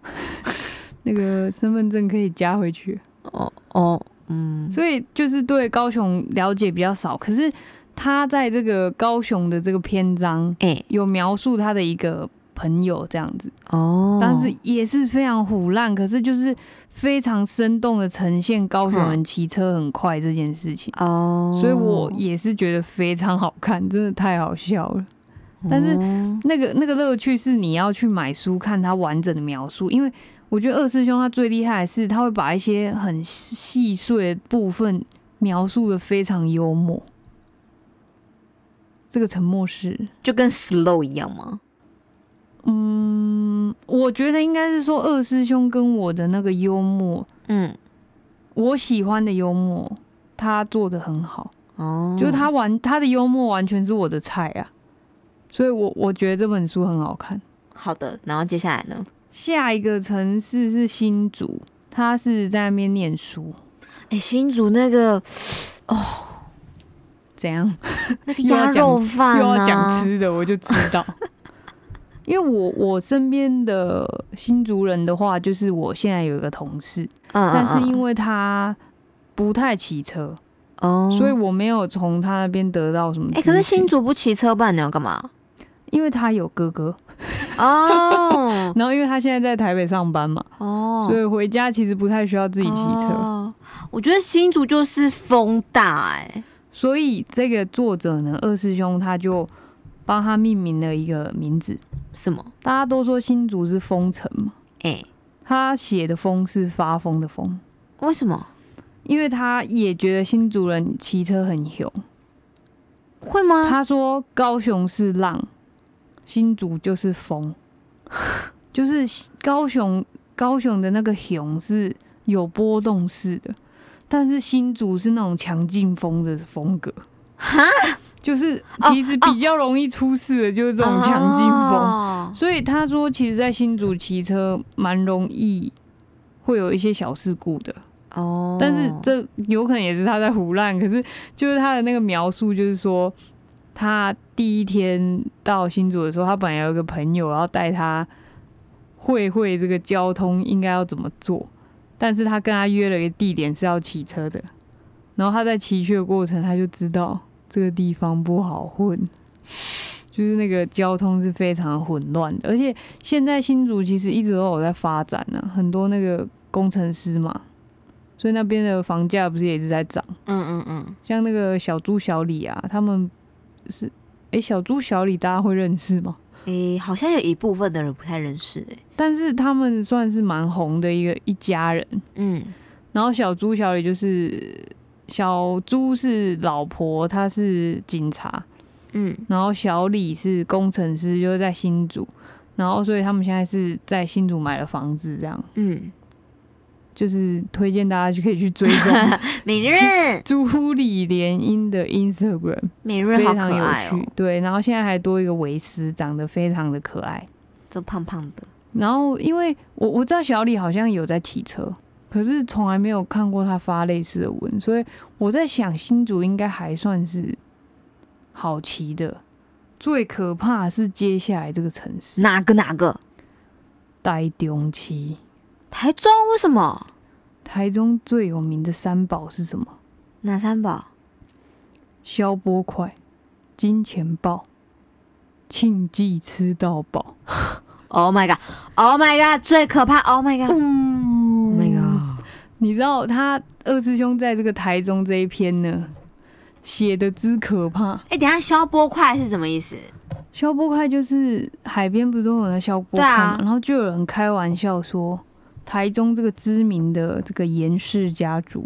[SPEAKER 1] 那个身份证可以加回去。
[SPEAKER 2] 哦哦，嗯，
[SPEAKER 1] 所以就是对高雄了解比较少，可是他在这个高雄的这个篇章
[SPEAKER 2] 哎、
[SPEAKER 1] 有描述他的一个朋友这样子。
[SPEAKER 2] 哦，
[SPEAKER 1] 但是也是非常虎烂，可是就是非常生动的呈现高雄人骑车很快这件事情，
[SPEAKER 2] 哦，
[SPEAKER 1] 所以我也是觉得非常好看，真的太好笑了。 但是
[SPEAKER 2] 哦
[SPEAKER 1] 那个那个乐趣是你要去买书看它完整的描述，因为我觉得二师兄他最厉害的是他会把一些很细碎的部分描述的非常幽默。这个沉默是。
[SPEAKER 2] 就跟 slow 一样吗？
[SPEAKER 1] 嗯，我觉得应该是说二师兄跟我的那个幽默，
[SPEAKER 2] 嗯，
[SPEAKER 1] 我喜欢的幽默，他做的很好，
[SPEAKER 2] 哦，
[SPEAKER 1] 就是他完他的幽默完全是我的菜啊，所以我我觉得这本书很好看。
[SPEAKER 2] 好的，然后接下来呢？
[SPEAKER 1] 下一个城市是新竹，他是在那边念书，
[SPEAKER 2] 哎、新竹那个
[SPEAKER 1] 怎样？
[SPEAKER 2] 那个
[SPEAKER 1] 又要
[SPEAKER 2] 鸭
[SPEAKER 1] 讲
[SPEAKER 2] 肉饭、啊、
[SPEAKER 1] 又要讲吃的，我就知道。 因为我我身边的新族人的话，就是我现在有一个同事，
[SPEAKER 2] 嗯，嗯
[SPEAKER 1] 但是因
[SPEAKER 2] 为
[SPEAKER 1] 为他不太骑车，
[SPEAKER 2] 哦，
[SPEAKER 1] 所以我没有从他那边得到什么。
[SPEAKER 2] 哎、可是新，竹不骑车吧？你要干嘛？
[SPEAKER 1] 因为他有哥哥，
[SPEAKER 2] 哦
[SPEAKER 1] 然后因为他现在在台北上班嘛，
[SPEAKER 2] 哦，
[SPEAKER 1] 所以回家其实不太需要自
[SPEAKER 2] 自
[SPEAKER 1] 己骑车。
[SPEAKER 2] 哦。我觉得新竹就是风大哎、
[SPEAKER 1] 所以这个作者呢，二师兄他就帮他命名了一个名字。
[SPEAKER 2] 什么？
[SPEAKER 1] 大家都说新竹是风城嘛，
[SPEAKER 2] 哎、
[SPEAKER 1] 他写的“风”是发疯的“疯
[SPEAKER 2] 为什么”，
[SPEAKER 1] 因为他也觉得新竹人骑车很凶。
[SPEAKER 2] 会吗？
[SPEAKER 1] 他说高雄是浪，新竹就是风， 就是高雄高雄的那个熊是有波动式的，但是新竹是那种强劲风的风格，
[SPEAKER 2] 哈，
[SPEAKER 1] 就是
[SPEAKER 2] 哦
[SPEAKER 1] 其实比较容易出事的就是这种强劲风。
[SPEAKER 2] 哦
[SPEAKER 1] 所以他说，其实，在新竹骑车蛮容易会有一些小事故的，
[SPEAKER 2] 哦，
[SPEAKER 1] 但是这有可能也是他在胡乱。可是就是他的那个描述，就是说他第一天到新竹的时候，他本来有一个朋友，然后带他会会这个交通应该要怎么做，但是他跟他约了一个地点是要骑车的，然后他在骑去的过程，他就知道这个地方不好混。就是那个交通是非常混乱的，而且现在新竹其实一直都有在发展呢、很多那个工程师嘛，所以那边的房价不是也一直在涨？
[SPEAKER 2] 嗯嗯嗯，
[SPEAKER 1] 像那个小猪小李啊，他们是诶，小猪小李大家会认识吗？
[SPEAKER 2] 诶、好像有一部分的人不太认识哎、
[SPEAKER 1] 但是他们算是蛮红的一个一家人。
[SPEAKER 2] 嗯
[SPEAKER 1] 然后小猪小李就是小猪是老婆，她是警察，
[SPEAKER 2] 嗯，
[SPEAKER 1] 然后小李是工程师，就是在新竹。然后，所以他们现在是在新竹买了房子，这样
[SPEAKER 2] 嗯，
[SPEAKER 1] 就是推荐大家就可以去追踪
[SPEAKER 2] 美 润，
[SPEAKER 1] 朱李联姻的 Instagram。
[SPEAKER 2] 美润
[SPEAKER 1] 非
[SPEAKER 2] 好
[SPEAKER 1] 常
[SPEAKER 2] 可
[SPEAKER 1] 有
[SPEAKER 2] 爱哦、
[SPEAKER 1] 趣。对，然后现在还多一个维斯，长得非常的可爱。
[SPEAKER 2] 都胖胖的。
[SPEAKER 1] 然后因为我我知道小李好像有在骑车，可是从来没有看过他发类似的文，所以我在想新竹应该还算是好骑的。最可怕的是接下来这个城市
[SPEAKER 2] 哪个哪个？
[SPEAKER 1] 呆中期。
[SPEAKER 2] 台中为什么？
[SPEAKER 1] 台中最有名的三宝是什么？
[SPEAKER 2] 哪三宝？
[SPEAKER 1] 消波块、金钱豹、庆记吃到饱。
[SPEAKER 2] Oh my god！Oh my god！最可怕！Oh my god！Oh
[SPEAKER 1] Oh
[SPEAKER 2] my god！
[SPEAKER 1] 你知道他二师兄在这个台中这一篇呢，写的之可怕。
[SPEAKER 2] 哎、等一下消波块是什么意思？
[SPEAKER 1] 消波块就是海边不是都有那消波块嘛，
[SPEAKER 2] 对啊
[SPEAKER 1] 然后就有人开玩笑说，台中这个知名的这个严氏家族，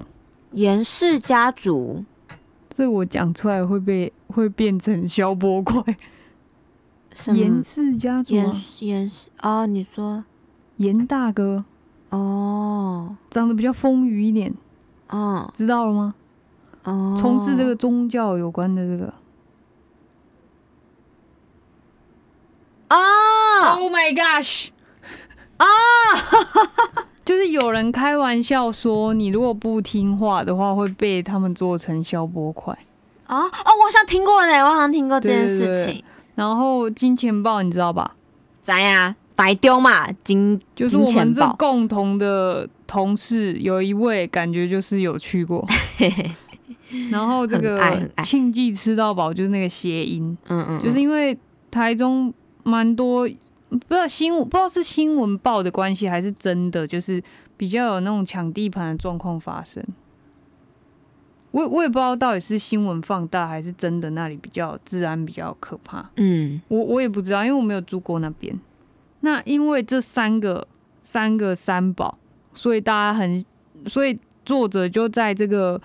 [SPEAKER 2] 严氏家族
[SPEAKER 1] 这我讲出来会被会变成消波块。
[SPEAKER 2] 什么
[SPEAKER 1] 严氏家族
[SPEAKER 2] 严
[SPEAKER 1] 啊，
[SPEAKER 2] 严氏哦，你说
[SPEAKER 1] 严大哥
[SPEAKER 2] 哦
[SPEAKER 1] 长得比较丰腴一点，
[SPEAKER 2] 哦
[SPEAKER 1] 知道了吗？
[SPEAKER 2] 哦，
[SPEAKER 1] 从事这个宗教有关的这个。
[SPEAKER 2] 哦
[SPEAKER 1] Oh my gosh！
[SPEAKER 2] 啊，
[SPEAKER 1] 就是有人开玩笑说，你如果不听话的话，会被他们做成消波块。
[SPEAKER 2] 哦哦，我好像听过呢，我好像听过这件
[SPEAKER 1] 对对
[SPEAKER 2] 事
[SPEAKER 1] 对
[SPEAKER 2] 情。
[SPEAKER 1] 然后金钱豹，你知道吧？
[SPEAKER 2] 咱呀，白丢啊嘛， 金
[SPEAKER 1] 就是我
[SPEAKER 2] 金钱
[SPEAKER 1] 们这
[SPEAKER 2] 豹
[SPEAKER 1] 共同的同事有一位，感觉就是有去过。
[SPEAKER 2] 嘿嘿，
[SPEAKER 1] 然后这
[SPEAKER 2] 很爱很
[SPEAKER 1] 个
[SPEAKER 2] 爱
[SPEAKER 1] 庆记吃到饱就是那个谐音，
[SPEAKER 2] 嗯嗯，
[SPEAKER 1] 就是因为台中蛮多，不知道新闻不知道是新闻报的关系，还是真的，就是比较有那种抢地盘的状况发生。我也我也不知道到底是新闻放大，还是真的那里比较治安比较可怕。
[SPEAKER 2] 嗯
[SPEAKER 1] 我我也不知道，因为我没有住过那边。那因为这三个三个三宝，所以大家很，所以作者就在这个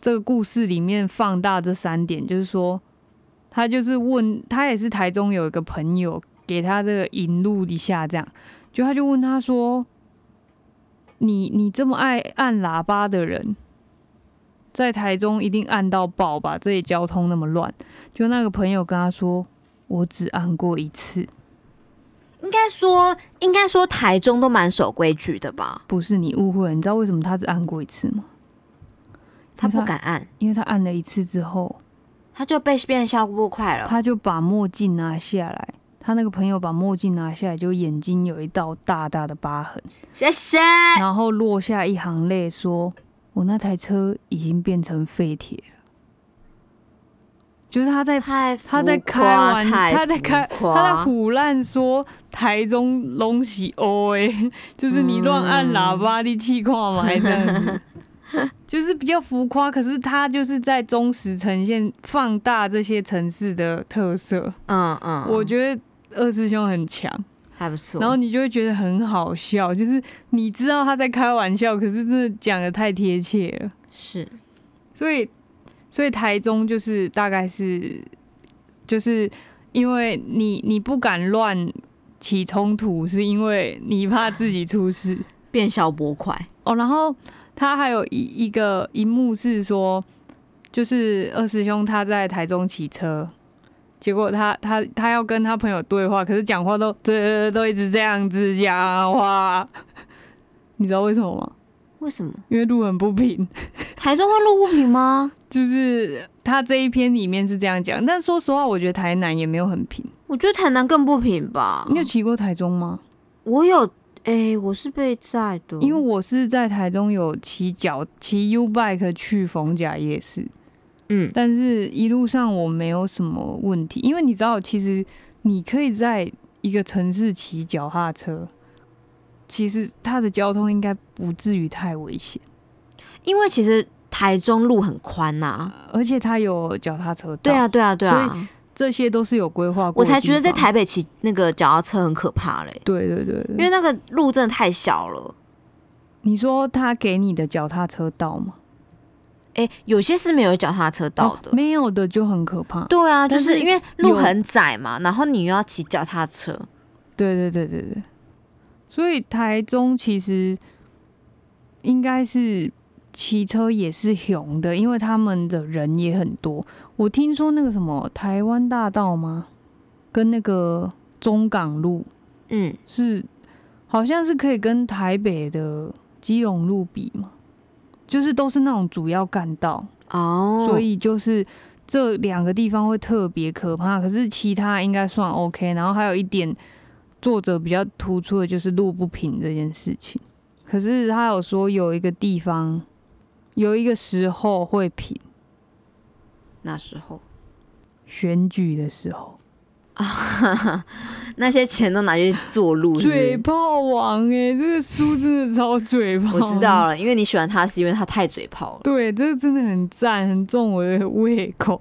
[SPEAKER 1] 这个故事里面放大这三点，就是说，他就是问他也是台中有一个朋友给他这个引路一下，这样，就他就问他说，你你这么爱按喇叭的人，在台中一定按到爆吧？这里交通那么乱。就那个朋友跟他说，我只按过一次，
[SPEAKER 2] 应该说应该说台中都蛮守规矩的吧，
[SPEAKER 1] 不是你误会了。你知道为什么他只按过一次吗？
[SPEAKER 2] 他
[SPEAKER 1] 因为
[SPEAKER 2] 不敢按
[SPEAKER 1] 因为他按了一次之后，
[SPEAKER 2] 他就被变成消波块了。
[SPEAKER 1] 他就把墨镜拿下来，他那个朋友把墨镜拿下来，就眼睛有一道大大的疤痕，
[SPEAKER 2] 谢谢。
[SPEAKER 1] 然后落下一行泪，说：“我那台车已经变成废铁了。”就是他在
[SPEAKER 2] 太浮
[SPEAKER 1] 他在开
[SPEAKER 2] 夸
[SPEAKER 1] 玩，
[SPEAKER 2] 太
[SPEAKER 1] 他在
[SPEAKER 2] 浮
[SPEAKER 1] 开，他在
[SPEAKER 2] 夸
[SPEAKER 1] 胡乱说台中东西哦哎， 就是你乱按喇叭，你气垮嘛这样子，就是比较浮夸，可是他就是在忠实呈现放大这些城市的特色，
[SPEAKER 2] 嗯嗯，
[SPEAKER 1] 我
[SPEAKER 2] 得
[SPEAKER 1] 觉得。二师兄很强，
[SPEAKER 2] 还不错。
[SPEAKER 1] 然后你就会觉得很好笑，就是你知道他在开玩笑，可是真的讲的太贴切了。
[SPEAKER 2] 是
[SPEAKER 1] 所以，所以台中就是大概是，就是因为你你不敢乱起冲突，是因为你怕自己出事
[SPEAKER 2] 变消波块，
[SPEAKER 1] 哦。然后他还有一一个一幕是说，就是二师兄他在台中骑车。结果他他他要跟他朋友对话，可是讲话都对都一直这样子讲话， 你知道为什么吗？
[SPEAKER 2] 为什么？
[SPEAKER 1] 因为路很不平。
[SPEAKER 2] 台中会录物品吗？
[SPEAKER 1] 就是他这一篇里面是这样讲，但说实话，我觉得台南也没有很平。
[SPEAKER 2] 我觉得台南更不平吧。
[SPEAKER 1] 你有骑过台中吗？
[SPEAKER 2] 我有，哎、我是被载的，
[SPEAKER 1] 因为我是在台中有骑脚骑 U bike 去逢甲夜市，
[SPEAKER 2] 嗯
[SPEAKER 1] 但是一路上我没有什么问题，因为你知道，其实你可以在一个城市骑脚踏车，其实它的交通应该不至于太危险，
[SPEAKER 2] 因为其实台中路很宽呐、
[SPEAKER 1] 而且它有脚踏车道，
[SPEAKER 2] 对啊，对啊，对啊，
[SPEAKER 1] 这些都是有规划过
[SPEAKER 2] 我
[SPEAKER 1] 的地方。
[SPEAKER 2] 才觉得在台北骑那个脚踏车很可怕嘞，
[SPEAKER 1] 对对对对，
[SPEAKER 2] 因为那个路真的太小了。
[SPEAKER 1] 你说他给你的脚踏车道吗？
[SPEAKER 2] 哎、有些是没有脚踏车道的。
[SPEAKER 1] 哦没有的就很可怕。
[SPEAKER 2] 对啊，就
[SPEAKER 1] 但
[SPEAKER 2] 是
[SPEAKER 1] 是
[SPEAKER 2] 因为路
[SPEAKER 1] 有
[SPEAKER 2] 很窄嘛，然后你又要骑脚踏车，
[SPEAKER 1] 对对对对对，所以台中其实应该是骑车也是熊的，因为他们的人也很多。我听说那个什么台湾大道吗？跟那个中港路
[SPEAKER 2] 嗯，
[SPEAKER 1] 是好像是可以跟台北的基隆路比嘛，就是都是那种主要干道。
[SPEAKER 2] 哦，
[SPEAKER 1] 所以就是这两个地方会特别可怕，可是其他应该算 OK。然后还有一点，作者比较突出的就是路不平这件事情。可是他有说有一个地方，有一个时候会平，
[SPEAKER 2] 那时候
[SPEAKER 1] 选举的时候。
[SPEAKER 2] 啊，那些钱都拿去做路是不
[SPEAKER 1] 嘴
[SPEAKER 2] 是，
[SPEAKER 1] 炮王哎、这个书真的超嘴炮。
[SPEAKER 2] 我知道。了，因为你喜欢他是因为他太嘴炮了，
[SPEAKER 1] 对，这个真的很赞，很重我的胃口。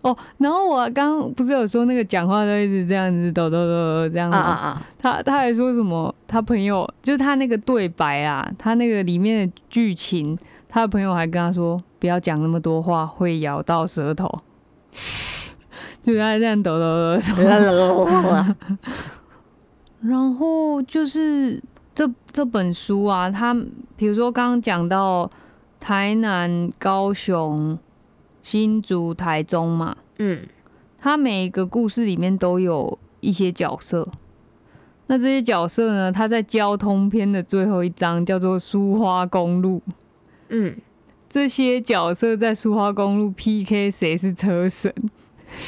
[SPEAKER 1] 哦，然后我刚刚不是有说那个讲话都一直这样子抖抖抖抖这样
[SPEAKER 2] 啊
[SPEAKER 1] 吗？
[SPEAKER 2] 啊啊，
[SPEAKER 1] 他他还说什么？他朋友就是他那个对白啊，他那个里面的剧情，他的朋友还跟他说不要讲那么多话，会咬到舌头。 就是他这样抖抖抖抖。 然后就是这这本书啊，他比如说刚刚讲到台南、高雄、新竹、台中嘛，
[SPEAKER 2] 嗯，
[SPEAKER 1] 他每一个故事里面都有一些角色。那这些角色呢？他在交通篇的最后一章叫做“苏花公路
[SPEAKER 2] 嗯，”。
[SPEAKER 1] 这些角色在苏花公路 PK 谁是车神，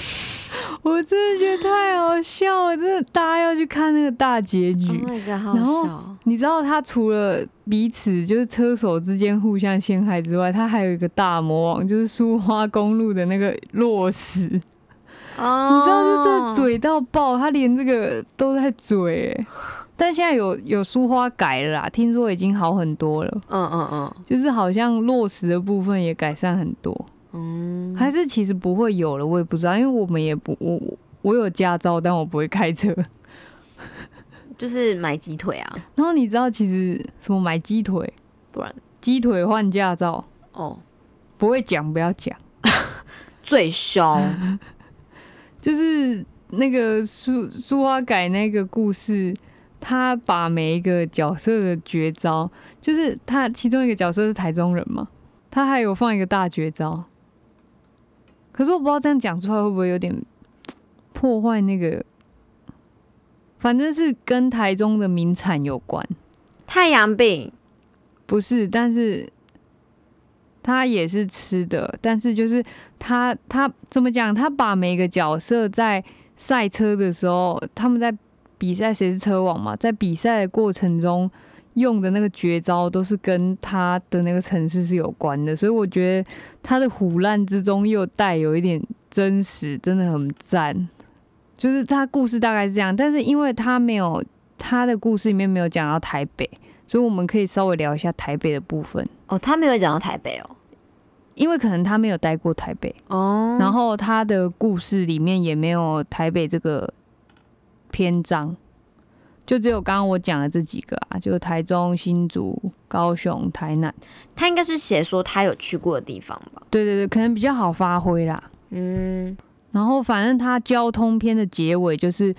[SPEAKER 1] 我真的觉得太好笑了！真的，大家要去看那个大结局。
[SPEAKER 2] Oh my god，好
[SPEAKER 1] 然
[SPEAKER 2] 好
[SPEAKER 1] 后
[SPEAKER 2] 笑哦。
[SPEAKER 1] 你知道他除了彼此就是车手之间互相陷害之外，他还有一个大魔王，就是苏花公路的那个落石。你
[SPEAKER 2] 你
[SPEAKER 1] 知道，就这嘴到爆，他连这个都在嘴、欸。但现在有有书花改了啦，听说已经好很多了，
[SPEAKER 2] 嗯嗯嗯
[SPEAKER 1] 就是好像落实的部分也改善很多，
[SPEAKER 2] 嗯，
[SPEAKER 1] 还是其实不会有了，我也不知道，因为我们也不我我我有驾照，但我不会开车。
[SPEAKER 2] 就是买鸡腿啊，
[SPEAKER 1] 然后你知道，其实什么买鸡腿，
[SPEAKER 2] 不然
[SPEAKER 1] 鸡腿换驾照，
[SPEAKER 2] 哦
[SPEAKER 1] 不会讲不要讲，
[SPEAKER 2] 最凶，
[SPEAKER 1] 就是那个苏苏花改那个故事，他把每一个角色的绝招，就是他其中一个角色是台中人嘛，他还有放一个大绝招。可是我不知道这样讲出来会不会有点破坏那个，反正是跟台中的名产有关，
[SPEAKER 2] 太阳饼
[SPEAKER 1] 不是？但是他也是吃的，但是就是他他怎么讲？他把每个角色在赛车的时候，他们在比赛谁是车王嘛，在比赛的过程中用的那个绝招都是跟他的那个城市是有关的，所以我觉得他的胡乱之中又带有一点真实，真的很赞。就是他故事大概是这样，但是因为他没有他的故事里面没有讲到台北，所以我们可以稍微聊一下台北的部分。
[SPEAKER 2] 哦，他没有讲到台北哦，
[SPEAKER 1] 因为可能他没有待过台北，
[SPEAKER 2] 哦，
[SPEAKER 1] 然后他的故事里面也没有台北这个篇章，就只有刚刚我讲的这几个啊，就台中、新竹、高雄、台南。
[SPEAKER 2] 他应该是写说他有去过的地方吧？
[SPEAKER 1] 对对对，可能比较好发挥啦。
[SPEAKER 2] 嗯，
[SPEAKER 1] 然后反正他交通篇的结尾就是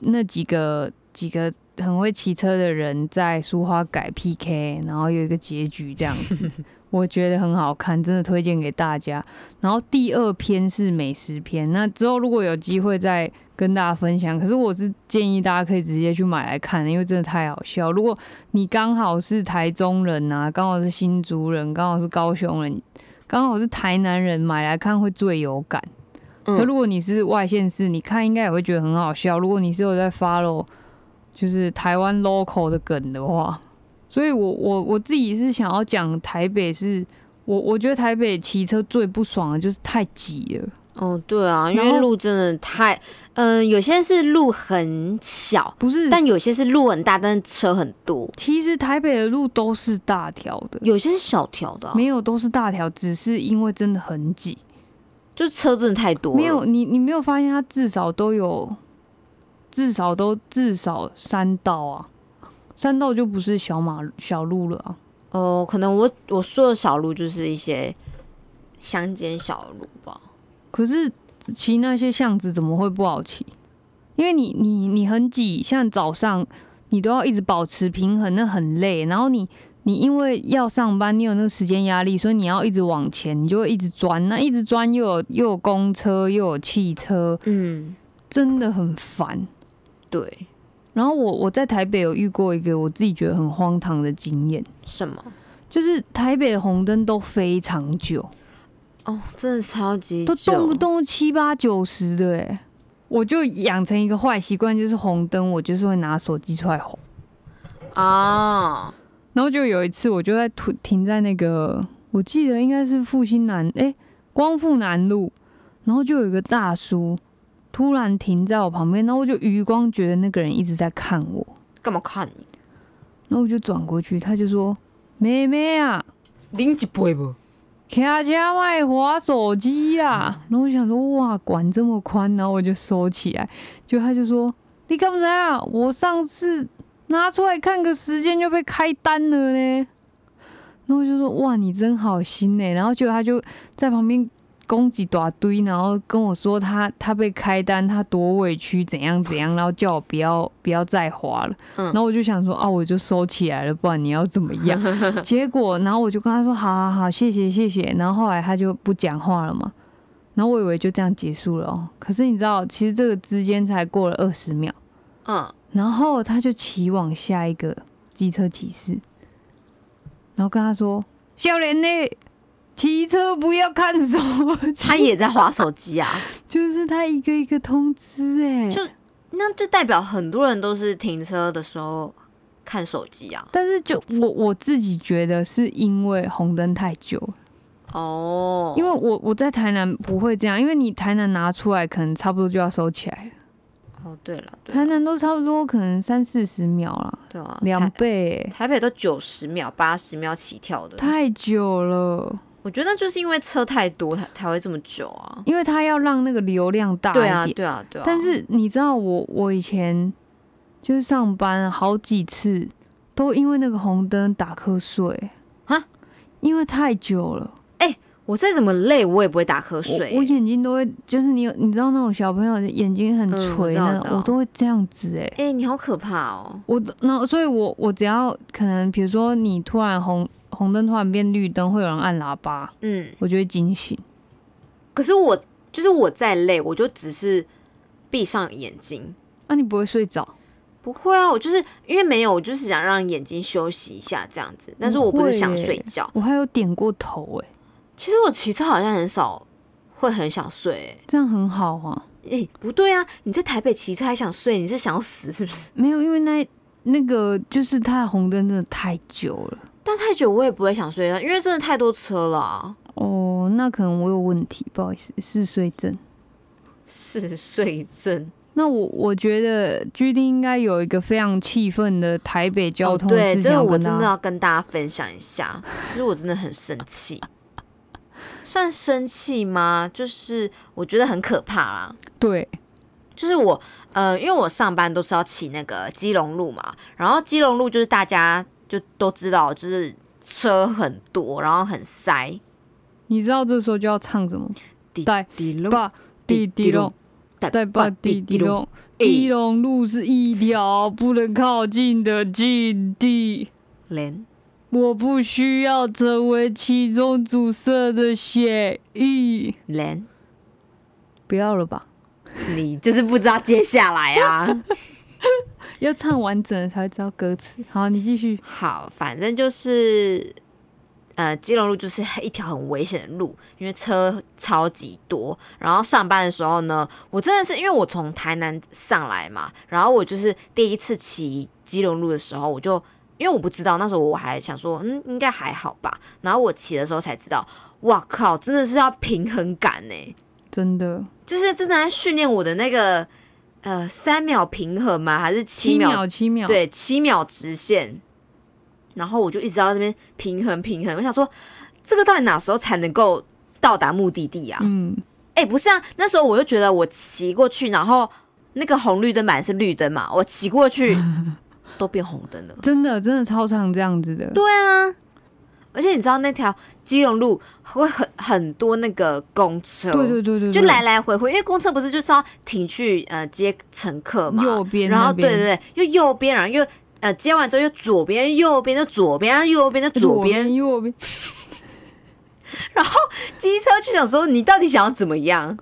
[SPEAKER 1] 那几个几个很会骑车的人在苏花改 PK，然后有一个结局这样子，我觉得很好看，真的推荐给大家。然后第二篇是美食篇，那之后如果有机会再跟大家分享。可是我是建议大家可以直接去买来看，因为真的太好笑。如果你刚好是台中人啊，刚好是新竹人，刚好是高雄人，刚好是台南人，买来看会最有感。
[SPEAKER 2] 嗯
[SPEAKER 1] 可如果你是外县市，你看应该也会觉得很好笑。如果你是有在 follow 就是台湾 local 的梗的话，所以我我我自己是想要讲台北是，我我觉得台北骑车最不爽的就是太挤了，
[SPEAKER 2] 哦，对啊，因
[SPEAKER 1] 然
[SPEAKER 2] 为
[SPEAKER 1] 后
[SPEAKER 2] 路真的太，嗯、有些是路很小，
[SPEAKER 1] 不是？
[SPEAKER 2] 但有些是路很大，但是车很多，
[SPEAKER 1] 其实台北的路都是大条的，
[SPEAKER 2] 有些是小条的啊、
[SPEAKER 1] 没有都是大条，只是因为真的很挤。
[SPEAKER 2] 就车真的太多了。
[SPEAKER 1] 没有，你，你没有发现它至少都有，至少都至少三道啊，三道就不是小马小路了啊。
[SPEAKER 2] 哦，可能我我说的小路就是一些乡间小路吧。
[SPEAKER 1] 可是骑那些巷子怎么会不好骑？因为你你你很挤，像早上你都要一直保持平衡，那很累。然后你你因为要上班，你有那个时间压力，所以你要一直往前，你就会一直钻。那一直钻又有又有公车又有汽车，
[SPEAKER 2] 嗯，
[SPEAKER 1] 真的很烦。
[SPEAKER 2] 对，
[SPEAKER 1] 然后我我在台北有遇过一个我自己觉得很荒唐的经验，
[SPEAKER 2] 什么？
[SPEAKER 1] 就是台北的红灯都非常久。
[SPEAKER 2] 哦，真的超级
[SPEAKER 1] 都
[SPEAKER 2] 久
[SPEAKER 1] 动不动七八九十的哎、我就养成一个坏习惯，就是红灯我就是会拿手机出来划。
[SPEAKER 2] 啊、
[SPEAKER 1] 然后就有一次，我就在停停在那个，我记得应该是复兴南哎、光复南路，然后就有一个大叔突然停在我旁边，然后我就余光觉得那个人一直在看我，
[SPEAKER 2] 干嘛看你？
[SPEAKER 1] 然后我就转过去，他就说：“妹妹啊，
[SPEAKER 2] 拎一杯不？
[SPEAKER 1] 骑车外滑手机啦，然后我想说哇，管这么宽，然后我就收起来。就他就说你干嘛啊？我上次拿出来看个时间就被开单了呢。然后我就说哇，你真好心呢、欸然后结果他就在旁边攻击大堆，然后跟我说他他被开单，他多委屈，怎样怎样，然后叫我不要不要再滑了。
[SPEAKER 2] 嗯
[SPEAKER 1] 然后我就想说啊，我就收起来了，不然你要怎么样？结果，然后我就跟他说：“好好好，谢谢谢谢。”然后后来他就不讲话了嘛。然后我以为就这样结束了哦、可是你知道，其实这个之间才过了二十秒，
[SPEAKER 2] 嗯，
[SPEAKER 1] 然后他就骑往下一个机车骑士，然后跟他说：“笑脸呢，骑车不要看手机。”
[SPEAKER 2] 他也在划手机啊，
[SPEAKER 1] 就是他一个一个通知哎、
[SPEAKER 2] 就那就代表很多人都是停车的时候看手机啊。
[SPEAKER 1] 但是就我我自己觉得是因为红灯太久了
[SPEAKER 2] 哦，
[SPEAKER 1] 因为我我在台南不会这样，因为你台南拿出来可能差不多就要收起来了，
[SPEAKER 2] 哦，对了，对
[SPEAKER 1] 台
[SPEAKER 2] 了，
[SPEAKER 1] 南都差不多可能三四十秒啦，
[SPEAKER 2] 对啊，
[SPEAKER 1] 两
[SPEAKER 2] 台
[SPEAKER 1] 倍欸、
[SPEAKER 2] 台北都九十秒、八十秒起跳的，
[SPEAKER 1] 太久了，
[SPEAKER 2] 我觉得那就是因为车太多才才会这么久啊。
[SPEAKER 1] 因为它要让那个流量大一
[SPEAKER 2] 对
[SPEAKER 1] 点。
[SPEAKER 2] 啊，对啊，对啊。
[SPEAKER 1] 但是你知道我我以前就是上班好几次都因为那个红灯打瞌睡
[SPEAKER 2] 啊，
[SPEAKER 1] 因为太久了。
[SPEAKER 2] 我再怎么累，我也不会打瞌
[SPEAKER 1] 我
[SPEAKER 2] 睡、
[SPEAKER 1] 我眼睛都会，就是你有你知道那种小朋友眼睛很
[SPEAKER 2] 嗯我
[SPEAKER 1] 垂
[SPEAKER 2] 知
[SPEAKER 1] 那
[SPEAKER 2] 道我知
[SPEAKER 1] 种，
[SPEAKER 2] 道
[SPEAKER 1] 我都会这样子哎、
[SPEAKER 2] 哎、你好可怕哦！
[SPEAKER 1] 我的那所以我，我只要可能，比如说你突然红红灯突然变绿灯，会有人按喇叭，
[SPEAKER 2] 嗯，
[SPEAKER 1] 我就会惊醒。
[SPEAKER 2] 可是我就是我再累，我就只是闭上眼睛，
[SPEAKER 1] 啊那、你不会睡着？
[SPEAKER 2] 不会啊，我就是因为没有，我就是想让眼睛休息一下这样子，但是我不是想睡觉。
[SPEAKER 1] 我还有点过头哎、
[SPEAKER 2] 其实我骑车好像很少会很想睡、欸，
[SPEAKER 1] 这样很好啊。
[SPEAKER 2] 诶、不对啊，你在台北骑车还想睡，你是想要死是 不是？
[SPEAKER 1] 没有，因为那那个就是它的红灯真的太久了
[SPEAKER 2] 但太久我也不会想睡啊，因为真的太多车了啊、
[SPEAKER 1] 哦，那可能我有问题，不好意思，嗜睡症。
[SPEAKER 2] 是睡症。
[SPEAKER 1] 那我我觉得 G D 应该有一个非常气愤的台北交通
[SPEAKER 2] 哦、
[SPEAKER 1] 的
[SPEAKER 2] 对，
[SPEAKER 1] 事情
[SPEAKER 2] 这
[SPEAKER 1] 要
[SPEAKER 2] 个我
[SPEAKER 1] 跟
[SPEAKER 2] 真
[SPEAKER 1] 大
[SPEAKER 2] 的
[SPEAKER 1] 家
[SPEAKER 2] 要跟大家分享一下，就是我真的很生气，算生气吗？就是我觉得很可怕啦。
[SPEAKER 1] 对
[SPEAKER 2] 就是我，呃，因为我上班都是要骑那个基隆路嘛，然后基隆路就是大家就都知道，就是车很多，然后很塞。
[SPEAKER 1] 你知道这时候就要唱什么？
[SPEAKER 2] 滴
[SPEAKER 1] 带
[SPEAKER 2] 滴隆
[SPEAKER 1] 爸滴滴隆，带爸滴
[SPEAKER 2] 滴
[SPEAKER 1] 滴
[SPEAKER 2] 滴
[SPEAKER 1] 隆，基隆路是一条不能靠近的禁地。
[SPEAKER 2] 连
[SPEAKER 1] 我不需要成为其中阻塞的血液。
[SPEAKER 2] 连，
[SPEAKER 1] 不要了吧，
[SPEAKER 2] 你就是不知道接下来 啊。
[SPEAKER 1] 要唱完整的才会知道歌词。好，你继续。
[SPEAKER 2] 好，反正就是，呃，基隆路就是 一条很危险的路，因为车超级多。然后上班的时候呢，我真的是因为我从台南上来嘛，然后我就是第一次骑基隆路的时候，我就因为我不知道，那时候我还想说，嗯，应该还好吧。然后我骑的时候才知道，哇靠，真的是要平衡感呢、
[SPEAKER 1] 真的，
[SPEAKER 2] 就是真的在训练我的那个呃三秒平衡吗？还是七
[SPEAKER 1] 七
[SPEAKER 2] 秒
[SPEAKER 1] 秒，七秒。，
[SPEAKER 2] 对，七秒直线。然后我就一直到这边平衡平衡，我想说，这个到底哪时候才能够到达目的地啊？哎、
[SPEAKER 1] 嗯，
[SPEAKER 2] 不是啊，那时候我就觉得我骑过去，然后那个红绿灯本来是绿灯嘛，我骑过 去都变红灯了。
[SPEAKER 1] 真的，真的超常这样子的。
[SPEAKER 2] 对啊，而且你知道那条基隆路会很很多那个公车，
[SPEAKER 1] 对对对对，
[SPEAKER 2] 就
[SPEAKER 1] 对
[SPEAKER 2] 来来回回，因为公车不是就是要停去呃接乘客嘛，
[SPEAKER 1] 右边
[SPEAKER 2] 然
[SPEAKER 1] 那
[SPEAKER 2] 后对
[SPEAKER 1] 边
[SPEAKER 2] 对对，又右边，然后又呃接完之后又左边，右边，又左边，又右边，又左边，
[SPEAKER 1] 右边。
[SPEAKER 2] 机车就想说你到底想要怎么样？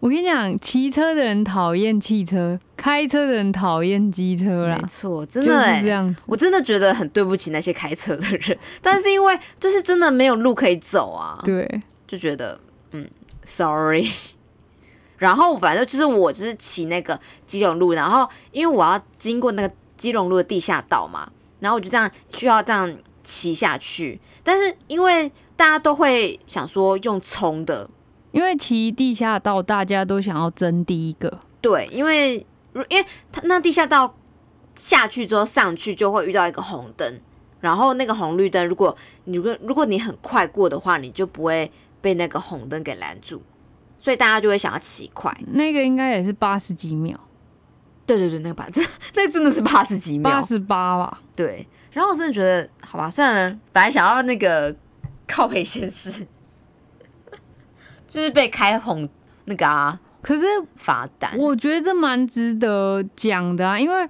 [SPEAKER 1] 我跟你讲，骑车的人讨厌汽车，开车的人讨厌机车啦
[SPEAKER 2] 没，错，真
[SPEAKER 1] 就
[SPEAKER 2] 的
[SPEAKER 1] 是这
[SPEAKER 2] 哎。
[SPEAKER 1] 样子。
[SPEAKER 2] 我真的觉得很对不起那些开车的人，但是因为就是真的没有路可以走啊，
[SPEAKER 1] 对，
[SPEAKER 2] 就觉得嗯，sorry。然后反正就是我就是骑那个基隆路，然后因为我要经过那个基隆路的地下道嘛，然后我就这样需要这样骑下去。但是因为大家都会想说用冲的，
[SPEAKER 1] 因为骑地下道，大家都想要争第一个。
[SPEAKER 2] 对，因为如因为它那地下道下去之后上去就会遇到一个红灯，然后那个红绿灯如果你如果如果你很快过的话，你就不会被那个红灯给拦住，所以大家就会想要骑快。
[SPEAKER 1] 那个应该也是八十几秒，
[SPEAKER 2] 对对对，那个吧，这 那个真的是八十几
[SPEAKER 1] 八
[SPEAKER 2] 秒。
[SPEAKER 1] 十八吧。
[SPEAKER 2] 对，然后我真的觉得，好吧，算了，本来想要那个靠北先是，就是被开红那个啊
[SPEAKER 1] 可是
[SPEAKER 2] 罚单。
[SPEAKER 1] 我觉得这蛮值得讲的啊，因为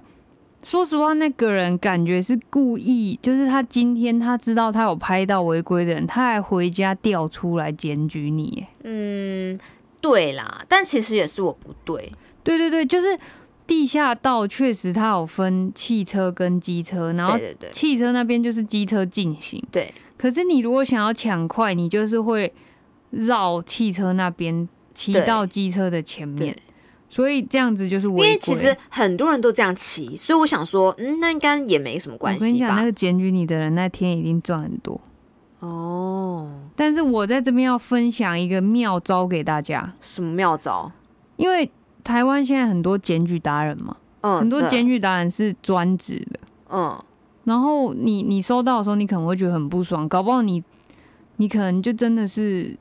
[SPEAKER 1] 说实话，那个人感觉是故意，就是他今天他知道他有拍到违规的人，他还回家调出来检举你耶。
[SPEAKER 2] 嗯，对啦，但其实也是我不对。
[SPEAKER 1] 对对对，就是地下道确实它有分汽车跟机车，然后
[SPEAKER 2] 对对对
[SPEAKER 1] 汽车那边就是机车进行。
[SPEAKER 2] 对，
[SPEAKER 1] 可是你如果想要抢快，你就是会绕汽车那边骑
[SPEAKER 2] 对
[SPEAKER 1] 到机车的前面
[SPEAKER 2] 对，
[SPEAKER 1] 所以这样子就是违
[SPEAKER 2] 因
[SPEAKER 1] 规。
[SPEAKER 2] 为其实很多人都这样骑，所以我想说，嗯，那应该也没什么关
[SPEAKER 1] 我跟你
[SPEAKER 2] 系
[SPEAKER 1] 讲，那
[SPEAKER 2] 吧。
[SPEAKER 1] 个检举你的人那天一定赚很多。
[SPEAKER 2] 哦，
[SPEAKER 1] 但是我在这边要分享一个妙招给大家，
[SPEAKER 2] 什么妙招？
[SPEAKER 1] 因为台湾现在很多检举达人嘛，
[SPEAKER 2] 嗯，
[SPEAKER 1] 很多
[SPEAKER 2] 对
[SPEAKER 1] 检举达人是专职的。
[SPEAKER 2] 嗯，
[SPEAKER 1] 然后你你收到的时候，你可能会觉得很不爽，搞不好你你可能就真的是，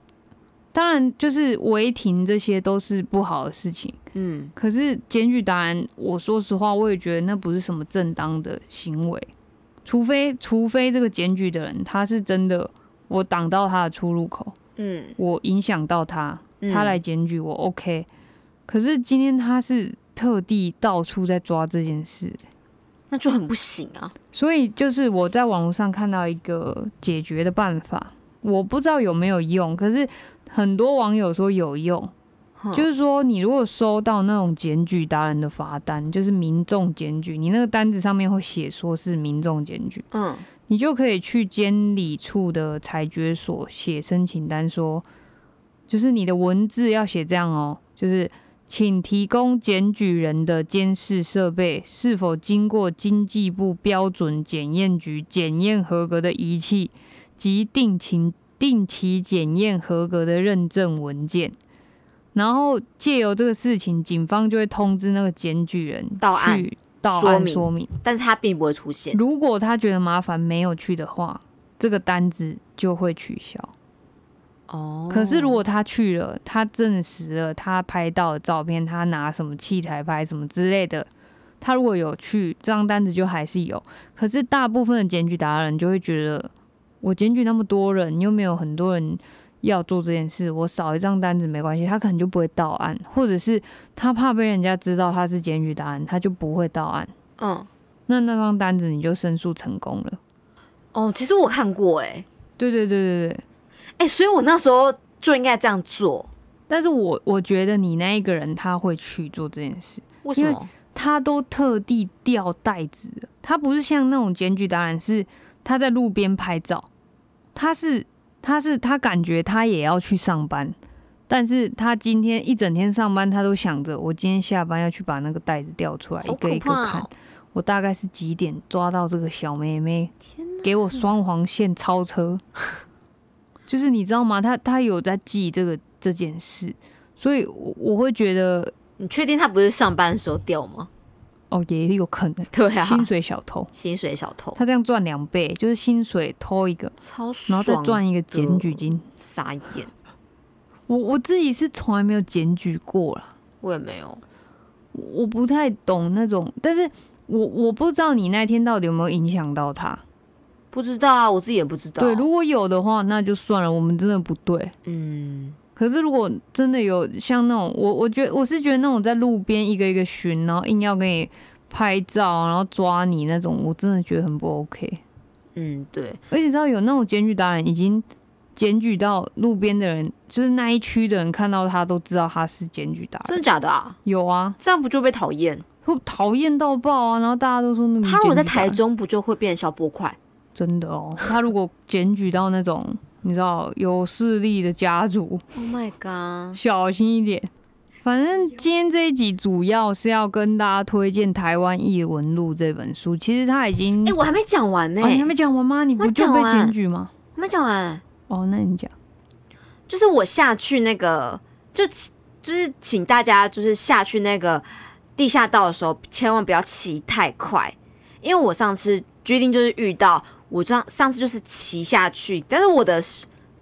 [SPEAKER 1] 当然就是违停这些都是不好的事情。
[SPEAKER 2] 嗯，
[SPEAKER 1] 可是检举答案，我说实话，我也觉得那不是什么正当的行为，除非除非这个检举的人他是真的，我挡到他的出入口，
[SPEAKER 2] 嗯，
[SPEAKER 1] 我影响到他，
[SPEAKER 2] 嗯
[SPEAKER 1] 他来检举我、OK。可是今天他是特地到处在抓这件事，
[SPEAKER 2] 那就很不行啊。
[SPEAKER 1] 所以就是我在网络上看到一个解决的办法，我不知道有没有用，可是很多网友说有用。
[SPEAKER 2] 哼
[SPEAKER 1] 就是说，你如果收到那种检举达人的罚单，就是民众检举，你那个单子上面会写说是民众检举，
[SPEAKER 2] 嗯
[SPEAKER 1] 你就可以去监理处的裁决所写申请单说，就是你的文字要写这样哦，就是请提供检举人的监视设备是否经过经济部标准检验局检验合格的仪器及定期定期检验合格的认证文件。然后借由这个事情，警方就会通知那个检举人
[SPEAKER 2] 到案
[SPEAKER 1] 去到
[SPEAKER 2] 说
[SPEAKER 1] 案
[SPEAKER 2] 明
[SPEAKER 1] 说明，
[SPEAKER 2] 但是他并不会出现。
[SPEAKER 1] 如果他觉得麻烦没有去的话，这个单子就会取消。
[SPEAKER 2] 哦
[SPEAKER 1] 可是如果他去了，他证实了他拍到的照片，他拿什么器材拍什么之类的，他如果有去，这张单子就还是有。可是大部分的检举达人就会觉得，我检举那么多人，又没有很多人要做这件事，我少一张单子没关系，他可能就不会到案，或者是他怕被人家知道他是检举达人，他就不会到案。
[SPEAKER 2] 嗯
[SPEAKER 1] 那那张单子你就申诉成功了。
[SPEAKER 2] 哦，其实我看过哎、
[SPEAKER 1] 对对对对对，
[SPEAKER 2] 哎、所以我那时候就应该这样做。
[SPEAKER 1] 但是我我觉得你那一个人他会去做这件事，
[SPEAKER 2] 为什
[SPEAKER 1] 因为
[SPEAKER 2] 么？
[SPEAKER 1] 他都特地吊袋子了，他不是像那种检举达人是他在路边拍照，他是他是他感觉他也要去上班，但是他今天一整天上班，他都想着我今天下班要去把那个袋子吊出来，
[SPEAKER 2] 好
[SPEAKER 1] 一个
[SPEAKER 2] 可
[SPEAKER 1] 一个
[SPEAKER 2] 怕
[SPEAKER 1] 看
[SPEAKER 2] 哦，！
[SPEAKER 1] 我大概是几点抓到这个小妹妹，
[SPEAKER 2] 天哪！
[SPEAKER 1] 给我双黄线超车， 就是你知道吗？他他有在记这个这件事，所以我我会觉得
[SPEAKER 2] 你确定他不是上班的时候掉吗？
[SPEAKER 1] 哦，也有可能
[SPEAKER 2] 对啊，
[SPEAKER 1] 薪水小偷，
[SPEAKER 2] 薪水小偷，
[SPEAKER 1] 他这样赚两倍，就是薪水偷一个，
[SPEAKER 2] 超
[SPEAKER 1] 然后
[SPEAKER 2] 爽的，
[SPEAKER 1] 再赚一个检举金。
[SPEAKER 2] 傻眼，
[SPEAKER 1] 我我自己是从来没有检举过啦，
[SPEAKER 2] 我也没有。
[SPEAKER 1] 我我不太懂那种，但是我我不知道你那天到底有没有影响到他。
[SPEAKER 2] 不知道啊，我自己也不知道。
[SPEAKER 1] 对，如果有的话，那就算了，我们真的不对。
[SPEAKER 2] 嗯，
[SPEAKER 1] 可是如果真的有像那种，我我觉得我是觉得那种在路边一个一个巡，然后硬要给你拍照，然后抓你那种，我真的觉得很不 OK。
[SPEAKER 2] 嗯，对，
[SPEAKER 1] 而且你知道有那种检举达人已经检举到路边的人，就是那一区的人看到他都知道他是检举达
[SPEAKER 2] 真
[SPEAKER 1] 人
[SPEAKER 2] 的。假的啊？
[SPEAKER 1] 有啊，
[SPEAKER 2] 这样不就被讨厌？
[SPEAKER 1] 会讨厌到爆啊！然后大家都说那个
[SPEAKER 2] 他如果在
[SPEAKER 1] 检举达
[SPEAKER 2] 台
[SPEAKER 1] 人，
[SPEAKER 2] 中，不就会变小波块？
[SPEAKER 1] 真的哦，他如果检举到那种你知道有势力的家族，
[SPEAKER 2] Oh my god！
[SPEAKER 1] 小心一点。反正今天这一集主要是要跟大家推荐《台湾异闻录》这本书。其实它已经，
[SPEAKER 2] 哎、我还没讲完呢、
[SPEAKER 1] 嗯哦、你还没讲完吗？你不
[SPEAKER 2] 我
[SPEAKER 1] 就
[SPEAKER 2] 讲
[SPEAKER 1] 被
[SPEAKER 2] 完
[SPEAKER 1] 检举吗？
[SPEAKER 2] 还没讲完，
[SPEAKER 1] 哦，那你讲。
[SPEAKER 2] 就是我下去那个，就就是请大家就是下去那个地下道的时候，千万不要骑太快，因为我上次决定就是遇到我上上次就是骑下去，但是我的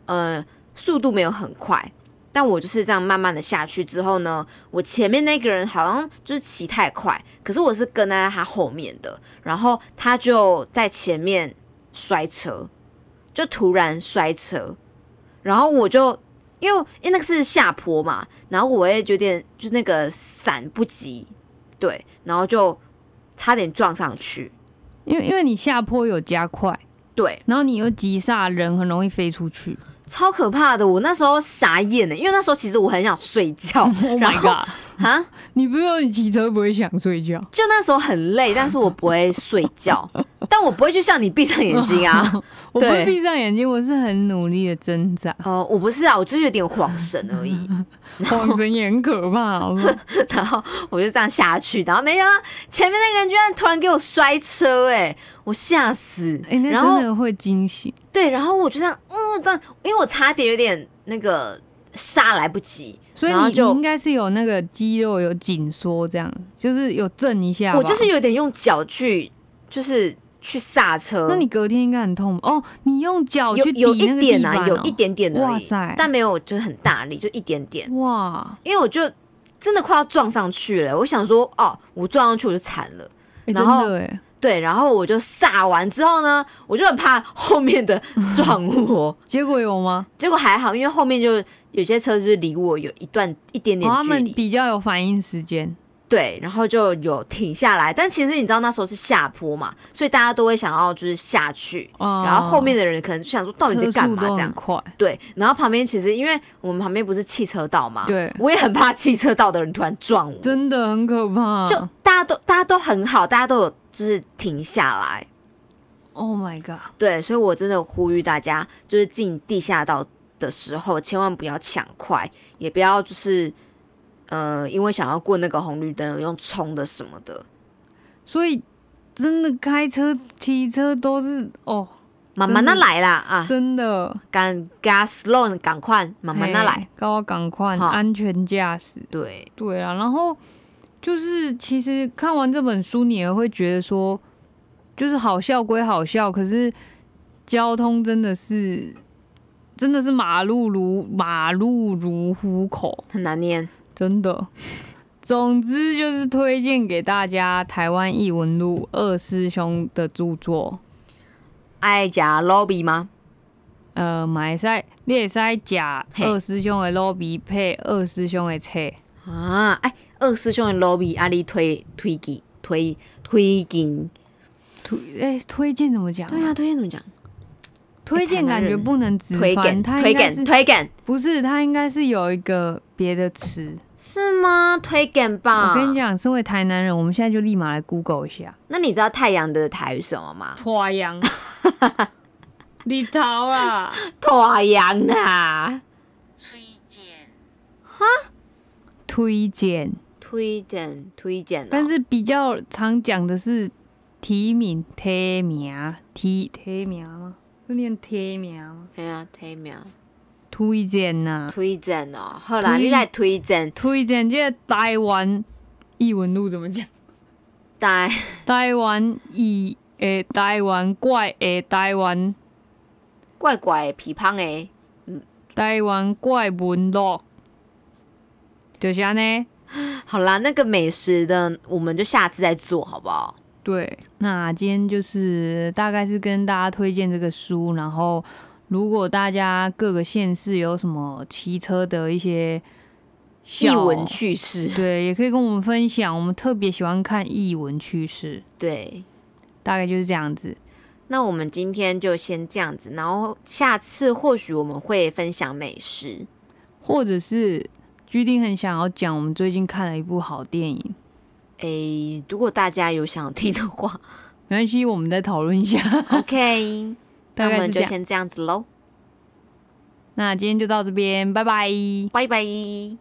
[SPEAKER 2] 呃速度没有很快。但我就是这样慢慢的下去之后呢，我前面那个人好像就是骑太快，可是我是跟在他后面的，然后他就在前面摔车，就突然摔车，然后我就因为因为那个是下坡嘛，然后我也有点就是那个闪不及，对，然后就差点撞上去，
[SPEAKER 1] 因为因为你下坡有加快，
[SPEAKER 2] 对，
[SPEAKER 1] 然后你又急刹，人很容易飞出去。
[SPEAKER 2] 超可怕的，我那时候傻眼欸了，因为那时候其实我很想睡觉
[SPEAKER 1] Oh
[SPEAKER 2] 然
[SPEAKER 1] my
[SPEAKER 2] 后
[SPEAKER 1] god！
[SPEAKER 2] 啊，
[SPEAKER 1] 你不用你骑车不会想睡觉，
[SPEAKER 2] 就那时候很累，但是我不会睡 觉，但我不会去像你闭上眼睛啊，
[SPEAKER 1] 我不会
[SPEAKER 2] 对
[SPEAKER 1] 闭上眼睛，我是很努力的挣扎。
[SPEAKER 2] 哦、我不是啊，我就是有点恍神而已，
[SPEAKER 1] 晃哦神也很可怕，好不好？
[SPEAKER 2] 然后我就这样下去，然后没想到前面那个人居然突然给我摔车、欸，哎，我吓死，
[SPEAKER 1] 哎、那
[SPEAKER 2] 然后
[SPEAKER 1] 真的会惊喜。
[SPEAKER 2] 对，然后我就这样，嗯，这样，因为我差点有点那个刹来不及，
[SPEAKER 1] 所以
[SPEAKER 2] 然后
[SPEAKER 1] 你你
[SPEAKER 2] 就
[SPEAKER 1] 应该是有那个肌肉有紧缩，这样就是有震一下吧。
[SPEAKER 2] 我就是有点用脚去，就是去刹车。
[SPEAKER 1] 那你隔天应该很痛吧哦，你用脚
[SPEAKER 2] 有
[SPEAKER 1] 去
[SPEAKER 2] 嗯有
[SPEAKER 1] 抵那
[SPEAKER 2] 一
[SPEAKER 1] 个地
[SPEAKER 2] 点
[SPEAKER 1] 板哦、
[SPEAKER 2] 啊，有一点点而已，
[SPEAKER 1] 哇塞
[SPEAKER 2] 但没有就是很大力，就一点点，
[SPEAKER 1] 哇，
[SPEAKER 2] 因为我就真的快要撞上去了。我想说，哦，我撞上去我就惨了。
[SPEAKER 1] 哎
[SPEAKER 2] 然
[SPEAKER 1] 真
[SPEAKER 2] 后
[SPEAKER 1] 的哎，
[SPEAKER 2] 对，然后我就刹完之后呢，我就很怕后面 的撞我，
[SPEAKER 1] 结果有吗？
[SPEAKER 2] 结果还好，因为后面就有些车就是离我有一段一点点
[SPEAKER 1] 哦他
[SPEAKER 2] 距
[SPEAKER 1] 们
[SPEAKER 2] 离。
[SPEAKER 1] 比较有反应时间，
[SPEAKER 2] 对，然后就有停下来，但其实你知道那时候是下坡嘛，所以大家都会想要就是下去，
[SPEAKER 1] 哦
[SPEAKER 2] 然后后面的人可能就想说到底在
[SPEAKER 1] 车
[SPEAKER 2] 干
[SPEAKER 1] 速
[SPEAKER 2] 嘛
[SPEAKER 1] 都
[SPEAKER 2] 这
[SPEAKER 1] 很
[SPEAKER 2] 样。
[SPEAKER 1] 快，
[SPEAKER 2] 对，然后旁边其实因为我们旁边不是汽车道嘛，
[SPEAKER 1] 对
[SPEAKER 2] 我也很怕汽车道的人突然撞我，
[SPEAKER 1] 真的哦很可怕。
[SPEAKER 2] 就大家都大家都很好，大家都有就是停下来，
[SPEAKER 1] Oh my god！
[SPEAKER 2] 对，所以我真的呼吁大家，就是进地下道的时候，千万不要抢快，也不要就是呃，因为想要过那个红绿灯而用冲的什么的，
[SPEAKER 1] 所以真的开车、骑车都是哦，
[SPEAKER 2] 慢慢的
[SPEAKER 1] 真的
[SPEAKER 2] 来啦啊，
[SPEAKER 1] 真的
[SPEAKER 2] 赶赶 slow，赶快慢慢的来
[SPEAKER 1] 嘿，，高我赶快
[SPEAKER 2] 好
[SPEAKER 1] 安全驾驶。
[SPEAKER 2] 对，
[SPEAKER 1] 对啊，然后就是其实看完这本书，你也会觉得说，就是好笑归好笑，可是交通真的是真的是马路如马路如虎口，
[SPEAKER 2] 很难念，
[SPEAKER 1] 真的。总之就是推荐给大家台湾译文路二师兄的著作，
[SPEAKER 2] 爱加 lobby 吗？
[SPEAKER 1] 呃，买赛列塞甲
[SPEAKER 2] 嘿
[SPEAKER 1] 二师兄的 lobby 配二师兄的册，
[SPEAKER 2] 啊，哎，二师兄的 lobby 阿里推推荐推推荐，
[SPEAKER 1] 推哎、推荐怎么讲、
[SPEAKER 2] 对啊，，推荐怎么讲？
[SPEAKER 1] 推荐感觉不能直
[SPEAKER 2] 推
[SPEAKER 1] 翻，
[SPEAKER 2] 荐
[SPEAKER 1] 它
[SPEAKER 2] 推
[SPEAKER 1] 应该
[SPEAKER 2] 荐
[SPEAKER 1] 是
[SPEAKER 2] 推荐
[SPEAKER 1] 不是，它应该是有一个别的词。
[SPEAKER 2] 是吗？推荐吧，
[SPEAKER 1] 我跟你。讲，身为台南人，我们现在就立马来 Google 一下。
[SPEAKER 2] 那你知道太阳的台语是什么吗？
[SPEAKER 1] 拖 羊，你逃
[SPEAKER 2] 啊
[SPEAKER 1] 啦！
[SPEAKER 2] 太阳啊，
[SPEAKER 1] 推荐，
[SPEAKER 2] 推荐推荐、哦。
[SPEAKER 1] 但是比较常讲的是提名、贴名、啊提贴名吗？是念贴名吗？
[SPEAKER 2] 哎呀，推荐
[SPEAKER 1] 推荐呐、
[SPEAKER 2] 推荐哦，好啦，
[SPEAKER 1] 推
[SPEAKER 2] 你来推荐
[SPEAKER 1] 推荐这个台湾译文路怎么讲？
[SPEAKER 2] 台
[SPEAKER 1] 台湾译诶，台湾怪诶，台湾
[SPEAKER 2] 怪怪的皮胖的
[SPEAKER 1] 台湾怪文录，就是安尼。
[SPEAKER 2] 好啦，那个美食的我们就下次再做好不好？
[SPEAKER 1] 对，那今天就是大概是跟大家推荐这个书，然后如果大家各个县市有什么骑车的一些
[SPEAKER 2] 译
[SPEAKER 1] 小
[SPEAKER 2] 文，趣事，
[SPEAKER 1] 对，也可以跟我们分享。我们特别喜欢看译文趣事，
[SPEAKER 2] 对。
[SPEAKER 1] 大概就是这样子。
[SPEAKER 2] 那我们今天就先这样子，然后下次或许我们会分享美食。
[SPEAKER 1] 或者是居丁很想要讲，我们最近看了一部好电影，
[SPEAKER 2] 诶，如果大家有想听 的话
[SPEAKER 1] 没关系，我们再讨论一下。
[SPEAKER 2] ，OK，那
[SPEAKER 1] 大
[SPEAKER 2] 我
[SPEAKER 1] 概
[SPEAKER 2] 们
[SPEAKER 1] 是
[SPEAKER 2] 就
[SPEAKER 1] 这样。
[SPEAKER 2] 先这样子喽，
[SPEAKER 1] 那今天就到这边，拜拜。
[SPEAKER 2] 拜拜。